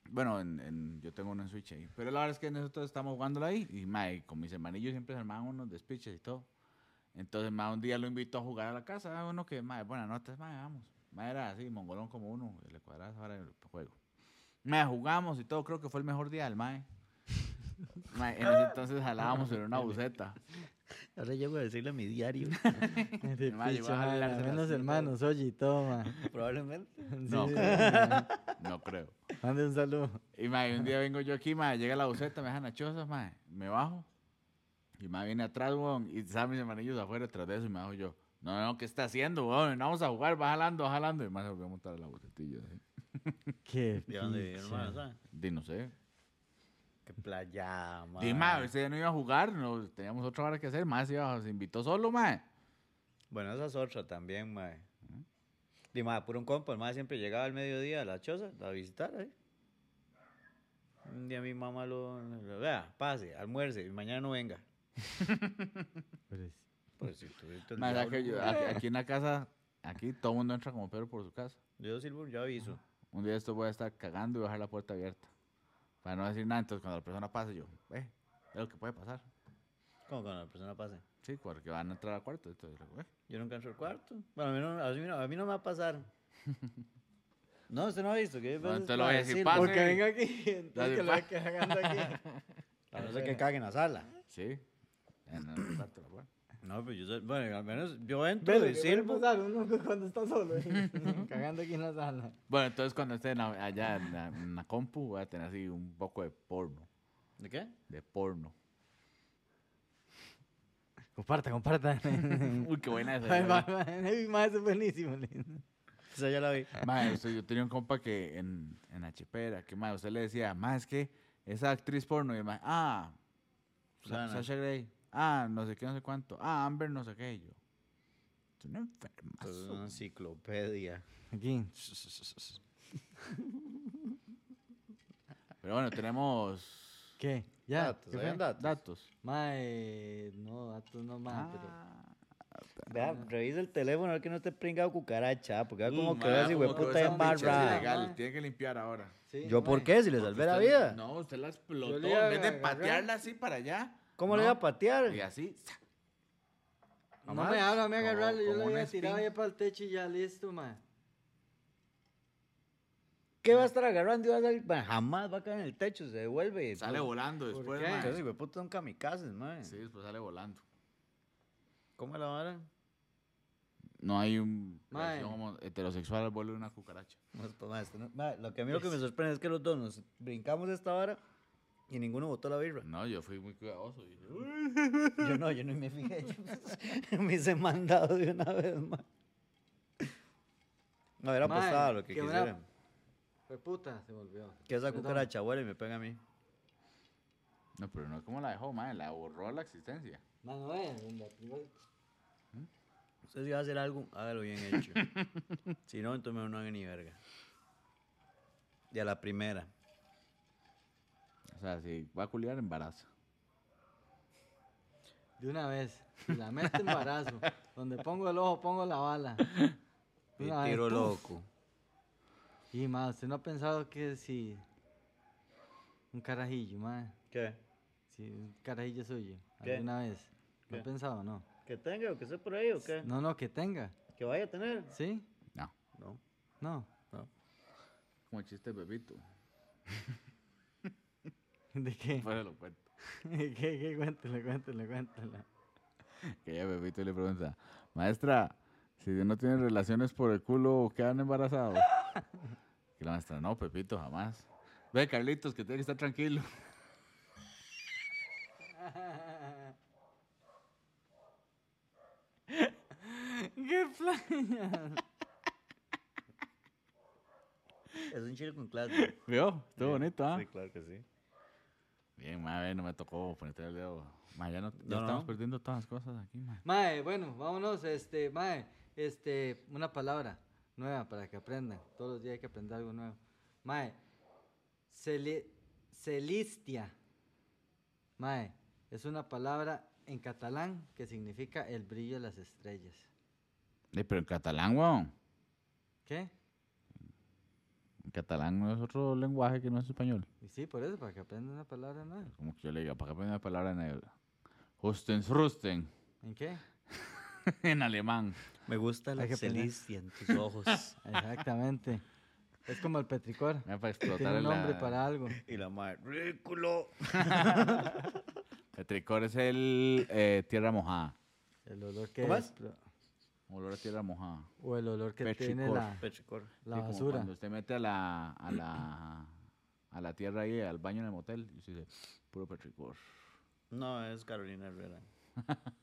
Speaker 1: Bueno, en, en- yo tengo uno en Switch ahí. Pero la verdad es que nosotros estamos jugándola ahí. Y mae, con mis hermanillos siempre se armaban unos despiches y todo. Entonces, mae, un día lo invitó a jugar a la casa. ah, Uno que, mae, buenas noches, mae, vamos. Mae era así, mongolón como uno. Le cuadras ahora el juego. Mae, jugamos y todo. Creo que fue el mejor día del mae. Mae, en ese entonces jalábamos en una buceta.
Speaker 3: Ahora llego a decirle a mi diario.
Speaker 2: De
Speaker 1: ma, llegó
Speaker 2: picha,
Speaker 1: a
Speaker 2: ma,
Speaker 1: jalarse
Speaker 2: al
Speaker 1: las
Speaker 2: menos
Speaker 1: citas.
Speaker 2: hermanos, oye, y todo, (laughs) ma.
Speaker 3: Probablemente.
Speaker 2: Sí, (laughs)
Speaker 1: No.
Speaker 2: sí, ma.
Speaker 1: No creo.
Speaker 2: Mande un saludo.
Speaker 1: Y mae, un día vengo yo aquí, mae, llega la buceta, me dejan las chozas, mae, me bajo. Y mae viene atrás, weón, y están mis hermanillos afuera atrás de eso, y me bajo yo. No, no, ¿qué está haciendo, weón? No vamos a jugar, va jalando, va jalando. Y mae se volvió a montar en la bucetilla. así.
Speaker 2: Qué
Speaker 3: ¿De dónde (laughs) ah? vive,
Speaker 2: picha.
Speaker 3: hermano? ¿sabes?
Speaker 1: Di, no sé.
Speaker 3: Qué playa, mae.
Speaker 1: Di, mae, ese día no iba a jugar, no, teníamos otra hora que hacer, mae se, iba- se invitó solo, mae.
Speaker 3: Bueno, esa es otra también, mae. Di, mae, puro un compa. El mae siempre llegaba al mediodía a la choza a visitar, ¿eh? Un día mi mamá lo, lo- vea, pase, almuerce, y mañana no venga.
Speaker 2: Pero es-
Speaker 3: Pues si tuviste el
Speaker 1: Mae, ¿sabes qué?
Speaker 3: diablo,
Speaker 1: Yo-
Speaker 3: weón.
Speaker 1: aquí, aquí en la casa, aquí todo el mundo entra como Pedro por su casa.
Speaker 3: Yo, Silvio, yo aviso.
Speaker 1: Un día esto voy a estar cagando y voy a dejar la puerta abierta. Para no decir nada, entonces cuando la persona pase, yo, ve, es lo que puede pasar.
Speaker 3: Como cuando la persona pase.
Speaker 1: Sí, porque van a entrar al cuarto. Entonces, le digo, "Eh".
Speaker 3: Yo nunca entro al cuarto. Bueno, a mí no, a mí no, a mí no me va a pasar. No, usted no ha visto. Que hay
Speaker 1: No,
Speaker 3: veces
Speaker 1: entonces lo voy a decir,
Speaker 3: para
Speaker 1: pase.
Speaker 2: Porque venga aquí, (laughs)
Speaker 1: Dale,
Speaker 2: entonces que lo
Speaker 1: pa.
Speaker 2: pues. va cagando (laughs) aquí.
Speaker 3: A no ser que cague en la sala.
Speaker 1: Sí. En el cuarto, la puerta.
Speaker 3: No, pero yo, soy- bueno, al menos yo entro
Speaker 2: Pero
Speaker 3: y sirvo.
Speaker 2: pues, cuando está solo, (laughs) ¿eh? cagando aquí en la sala.
Speaker 1: Bueno, entonces cuando esté en la- allá en la, en la compu, voy a tener así un poco de porno.
Speaker 3: ¿De qué?
Speaker 1: de porno.
Speaker 2: Comparta, (laughs) comparta.
Speaker 1: Uy, qué buena esa.
Speaker 2: Ay,
Speaker 1: ya
Speaker 2: ma-
Speaker 1: vi.
Speaker 2: ma- ay, ma, eso es buenísimo. le-
Speaker 3: Esa ya la vi.
Speaker 1: Mae, usted- yo tenía un compa que en, en la chipera, que mae, usted le decía, mae, es que esa actriz porno, y el mae, ah, Sa-
Speaker 3: Lana.
Speaker 1: Sasha Grey, ah, no sé qué, no sé cuánto, ah, Amber, no sé qué, y yo. Es una
Speaker 3: Eso Es
Speaker 1: enferma.
Speaker 3: una enciclopedia.
Speaker 2: Aquí.
Speaker 1: Pero bueno, tenemos
Speaker 2: ¿Qué? ¿Ya?
Speaker 3: Datos,
Speaker 2: ¿Qué
Speaker 3: habían
Speaker 2: fue?
Speaker 3: datos.
Speaker 1: datos.
Speaker 2: Mae, no, datos no más,
Speaker 1: Ah,
Speaker 3: Vea, revisa el teléfono a ver que no esté pringado cucaracha, porque va
Speaker 1: uh,
Speaker 3: como que
Speaker 1: mae,
Speaker 3: veas
Speaker 1: como que
Speaker 3: puta
Speaker 1: esa
Speaker 3: en
Speaker 2: son bichas
Speaker 1: picha es
Speaker 3: barra.
Speaker 2: ilegales.
Speaker 1: ilegal,
Speaker 2: Mae.
Speaker 1: tiene que limpiar ahora.
Speaker 2: pero...
Speaker 3: ¿Yo por qué? Si le salvé la vida.
Speaker 1: No, usted la explotó.
Speaker 2: le iba
Speaker 1: En vez de
Speaker 2: a agarrar.
Speaker 1: patearla así para allá.
Speaker 3: ¿Cómo le
Speaker 1: no,
Speaker 3: iba a patear?
Speaker 1: Y así, ¡za!
Speaker 2: No
Speaker 1: Nomás,
Speaker 2: me haga, me
Speaker 1: como-
Speaker 2: agarrarle, yo
Speaker 1: como
Speaker 2: lo
Speaker 1: una
Speaker 2: había tirado
Speaker 1: espina.
Speaker 2: ya para el techo y ya listo, mae.
Speaker 3: ¿Qué va a estar agarrando? Y va a salir- Bueno, jamás va a caer en el techo, se devuelve. Pues,
Speaker 1: sale
Speaker 3: Entonces,
Speaker 1: volando
Speaker 2: ¿Por
Speaker 1: después,
Speaker 2: qué?
Speaker 1: mae.
Speaker 3: Entonces, güey, puta, son kamikazes, man.
Speaker 1: Sí, después sale volando.
Speaker 3: ¿Cómo la vara?
Speaker 1: No hay un
Speaker 2: Mae.
Speaker 1: relación homo- heterosexual al vuelo de una cucaracha.
Speaker 3: No, esto, ma, esto no- ma, lo que a mí lo que me sorprende es que los dos nos brincamos esta vara y ninguno botó la birra.
Speaker 1: No, yo fui muy cuidadoso. dije, "Uy".
Speaker 3: Yo no, yo no me fijé. Yo me (laughs) hice mandado de una vez más. No, era
Speaker 2: Ma,
Speaker 3: apostado lo que
Speaker 2: qué
Speaker 3: quisiera.
Speaker 2: bravo. Fue puta, se volvió.
Speaker 3: Que esa
Speaker 2: Perdón.
Speaker 3: cucaracha huele y me pega a mí.
Speaker 1: No, pero no es como la dejó, mae. La borró la existencia.
Speaker 2: Mano, eh, en la primera-
Speaker 3: Usted si va a hacer algo, hágalo bien hecho. si no, entonces mejor no haga ni verga. Y a la primera.
Speaker 1: O sea, si va a culiar, embaraza.
Speaker 2: de una vez. y La
Speaker 3: (laughs)
Speaker 2: mete embarazo. Donde pongo el ojo, pongo la bala.
Speaker 3: Y
Speaker 2: Una vez,
Speaker 3: tiro
Speaker 2: ¡puf!
Speaker 3: loco.
Speaker 2: Y, mae, ¿usted no ha pensado que si... Un carajillo, mae.
Speaker 3: ¿Qué?
Speaker 2: Si un carajillo suyo.
Speaker 3: ¿Qué?
Speaker 2: ¿Alguna vez? ¿No ha
Speaker 3: ¿Qué?
Speaker 2: pensado, no?
Speaker 3: ¿Que tenga o que esté por ahí o qué?
Speaker 2: No, no, que tenga.
Speaker 3: ¿Que vaya a tener?
Speaker 2: ¿Sí?
Speaker 1: No.
Speaker 3: No.
Speaker 2: No. (laughs)
Speaker 1: Como el chiste de Pepito.
Speaker 2: ¿De qué?
Speaker 3: Pues-
Speaker 2: (laughs)
Speaker 1: Fuera lo cuento.
Speaker 2: ¿Qué, qué? Cuéntelo, cuéntelo,
Speaker 3: (laughs)
Speaker 2: cuéntelo.
Speaker 1: Que ella Pepito le pregunta, maestra, si no tiene relaciones por el culo, quedan
Speaker 3: (laughs)
Speaker 1: embarazados. que la maestra, no, Pepito, jamás. Ve, Carlitos, que tiene que estar tranquilo. (laughs)
Speaker 2: ¿Qué plan?
Speaker 3: Es un chile con clase.
Speaker 1: ¿Vio? Estuvo bonito, ¿ah?
Speaker 3: Sí, claro que sí.
Speaker 1: Bien, madre, no me tocó ponerte el dedo. Ma, ya, no, ya
Speaker 3: No,
Speaker 1: estamos
Speaker 3: no.
Speaker 1: perdiendo todas las cosas aquí, ma.
Speaker 2: Mae, bueno, vámonos, este, mae, este, una palabra nueva para que aprendan. Todos los días hay que aprender algo nuevo. Mae, celi- celistia. Mae, es una palabra en catalán que significa el brillo de las estrellas.
Speaker 1: Eh, pero en catalán, weón.
Speaker 2: ¿Qué?
Speaker 1: En catalán no es otro lenguaje que no es español.
Speaker 2: Y sí, por eso, para que aprendan una palabra nueva.
Speaker 1: Como que yo le diga, ¿para qué aprender la palabra negra? Hustens, Rusten,
Speaker 2: ¿En qué?
Speaker 1: (laughs) en alemán.
Speaker 3: Me gusta la
Speaker 2: Hay que aprender.
Speaker 3: celicia en tus ojos.
Speaker 2: Exactamente. es como el petricor.
Speaker 1: Era para
Speaker 2: Tiene
Speaker 1: explotar
Speaker 2: un nombre
Speaker 1: la-
Speaker 2: para algo.
Speaker 3: (laughs) y la madre, ridículo.
Speaker 1: El tricor es el eh, tierra mojada.
Speaker 2: El olor que
Speaker 3: ¿Cómo
Speaker 2: es,
Speaker 3: es?
Speaker 2: pro-
Speaker 1: Olor a tierra mojada.
Speaker 2: O el olor que tiene
Speaker 1: Petricor.
Speaker 2: la,
Speaker 3: Pechicor.
Speaker 2: la
Speaker 1: Sí, como
Speaker 2: basura.
Speaker 1: Cuando usted mete a la, a la, a la tierra ahí, al baño en el motel, y usted dice, puro petricor.
Speaker 3: No, es Carolina Herrera.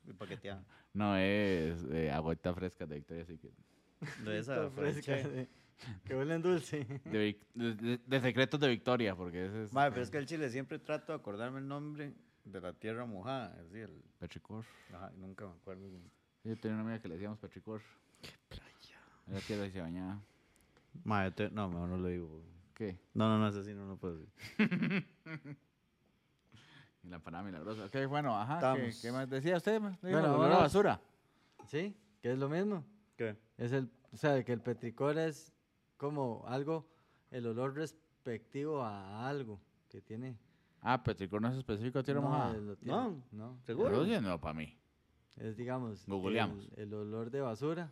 Speaker 3: Mi paqueteada.
Speaker 1: No, es eh, agüita fresca de Victoria Secret.
Speaker 3: De esa
Speaker 2: Está
Speaker 1: pues,
Speaker 2: fresca,
Speaker 3: fresca.
Speaker 2: sí. Que huelen dulce.
Speaker 1: De, Vic- de- de- de secretos de Victoria, porque ese es
Speaker 3: Madre, pero es que el chile siempre trato de acordarme el nombre de la tierra mojada. Es decir, el-
Speaker 1: petricor.
Speaker 3: ajá, nunca me acuerdo.
Speaker 1: Yo tenía una amiga que le decíamos petricor. Era tierra y se bañaba.
Speaker 3: Madre, te- no, mejor no lo digo. porque-
Speaker 1: ¿Qué?
Speaker 3: No, no, no, es así, no lo puedo decir.
Speaker 1: Y la empanada milagrosa. Ok, bueno, ajá. ¿Qué,
Speaker 3: Estamos.
Speaker 1: qué más decía usted? ma? Diga,
Speaker 2: Bueno,
Speaker 1: el olor a
Speaker 2: vámonos.
Speaker 1: basura.
Speaker 2: ¿Sí? Que es lo mismo.
Speaker 3: ¿Qué?
Speaker 2: Es el, o sea, que el petricor es como algo, el olor respectivo a algo que tiene.
Speaker 1: Ah, petricor no es específico de tierra
Speaker 2: no,
Speaker 1: mojada.
Speaker 2: eh, lo tiene,
Speaker 3: No.
Speaker 2: no.
Speaker 1: Pero
Speaker 3: ¿Seguro?
Speaker 1: sí, no, para mí.
Speaker 2: Es, digamos,
Speaker 1: Googleamos.
Speaker 2: El, el olor de basura.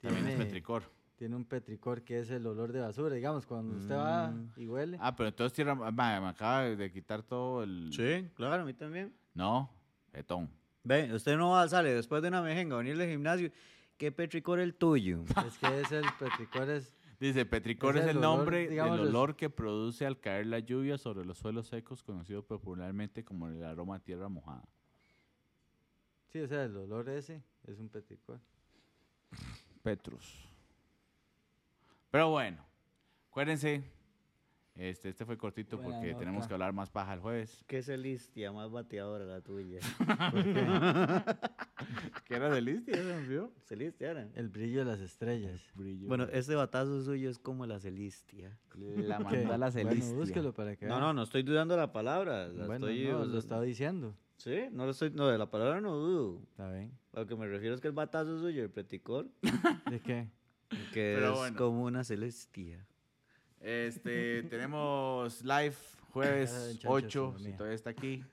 Speaker 1: También es
Speaker 2: tiene-
Speaker 1: petricor.
Speaker 2: Tiene un petricor que es el olor de basura. Digamos, cuando usted va
Speaker 3: Mm.
Speaker 2: y huele.
Speaker 3: (laughs)
Speaker 1: Ah, pero entonces tierra. ma- ma- me acaba de quitar todo el.
Speaker 3: Sí, claro, a mí también.
Speaker 1: No, betón.
Speaker 3: Ve, usted no va, sale después de una mejenga a venir del gimnasio. ¿Qué petricor el tuyo?
Speaker 2: Es que es el petricor es
Speaker 1: Dice, petricor es
Speaker 2: Ese es
Speaker 1: el
Speaker 2: el olor,
Speaker 1: nombre
Speaker 2: digamos,
Speaker 1: del
Speaker 2: es-
Speaker 1: olor que produce al caer la lluvia sobre los suelos secos, conocido popularmente como el aroma a tierra mojada.
Speaker 2: Sí, o sea, el olor ese es un petricor.
Speaker 1: Petrus. Pero bueno, acuérdense, este, este fue cortito
Speaker 2: Buena
Speaker 1: porque tenemos
Speaker 2: nota.
Speaker 1: que hablar más paja el jueves.
Speaker 3: ¿Qué es el listia más bateadora la (laughs) tuya?
Speaker 1: ¿Qué era de listia? ¿Se me olvidó?
Speaker 3: ¿Celistia era?
Speaker 2: El brillo de las estrellas.
Speaker 1: Brillo.
Speaker 3: Bueno, este batazo suyo es como la celistia.
Speaker 1: la
Speaker 2: Ok,
Speaker 1: mandala
Speaker 2: Bueno,
Speaker 1: celistia.
Speaker 2: búsquelo para que
Speaker 3: No,
Speaker 2: vea.
Speaker 3: no, no estoy dudando de la palabra. la
Speaker 2: Bueno,
Speaker 3: estoy-
Speaker 2: no,
Speaker 3: o sea,
Speaker 2: lo estaba diciendo.
Speaker 3: Sí, no lo estoy, no, de la palabra no dudo.
Speaker 2: Está bien.
Speaker 3: A lo que me refiero es que el batazo suyo, el preticor,
Speaker 2: ¿De qué?
Speaker 3: que
Speaker 1: Pero
Speaker 3: es
Speaker 1: bueno.
Speaker 3: como una celestia.
Speaker 1: Este, tenemos live
Speaker 2: Cara de
Speaker 1: jueves
Speaker 2: chancho,
Speaker 1: 8, si
Speaker 2: astronomía.
Speaker 1: todavía está aquí.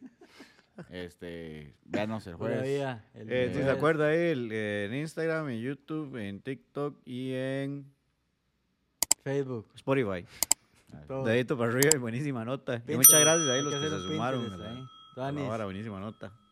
Speaker 1: Este, véanos el
Speaker 2: Pura
Speaker 1: jueves.
Speaker 2: vida, el
Speaker 3: Eh, si se
Speaker 2: jueves.
Speaker 3: acuerda él, eh, en Instagram, en YouTube, en TikTok y en
Speaker 2: Facebook.
Speaker 3: Spotify.
Speaker 2: todo.
Speaker 3: Dedito para arriba y buenísima nota. Y
Speaker 2: Pinche,
Speaker 3: muchas gracias a
Speaker 2: Oh. hay
Speaker 3: los
Speaker 2: que
Speaker 3: que
Speaker 2: hacer ¿eh?
Speaker 3: se
Speaker 2: un
Speaker 3: sumaron. a
Speaker 2: Pinterest
Speaker 3: la-
Speaker 2: ahí.
Speaker 3: a la
Speaker 2: Tuanis.
Speaker 3: vara, buenísima nota.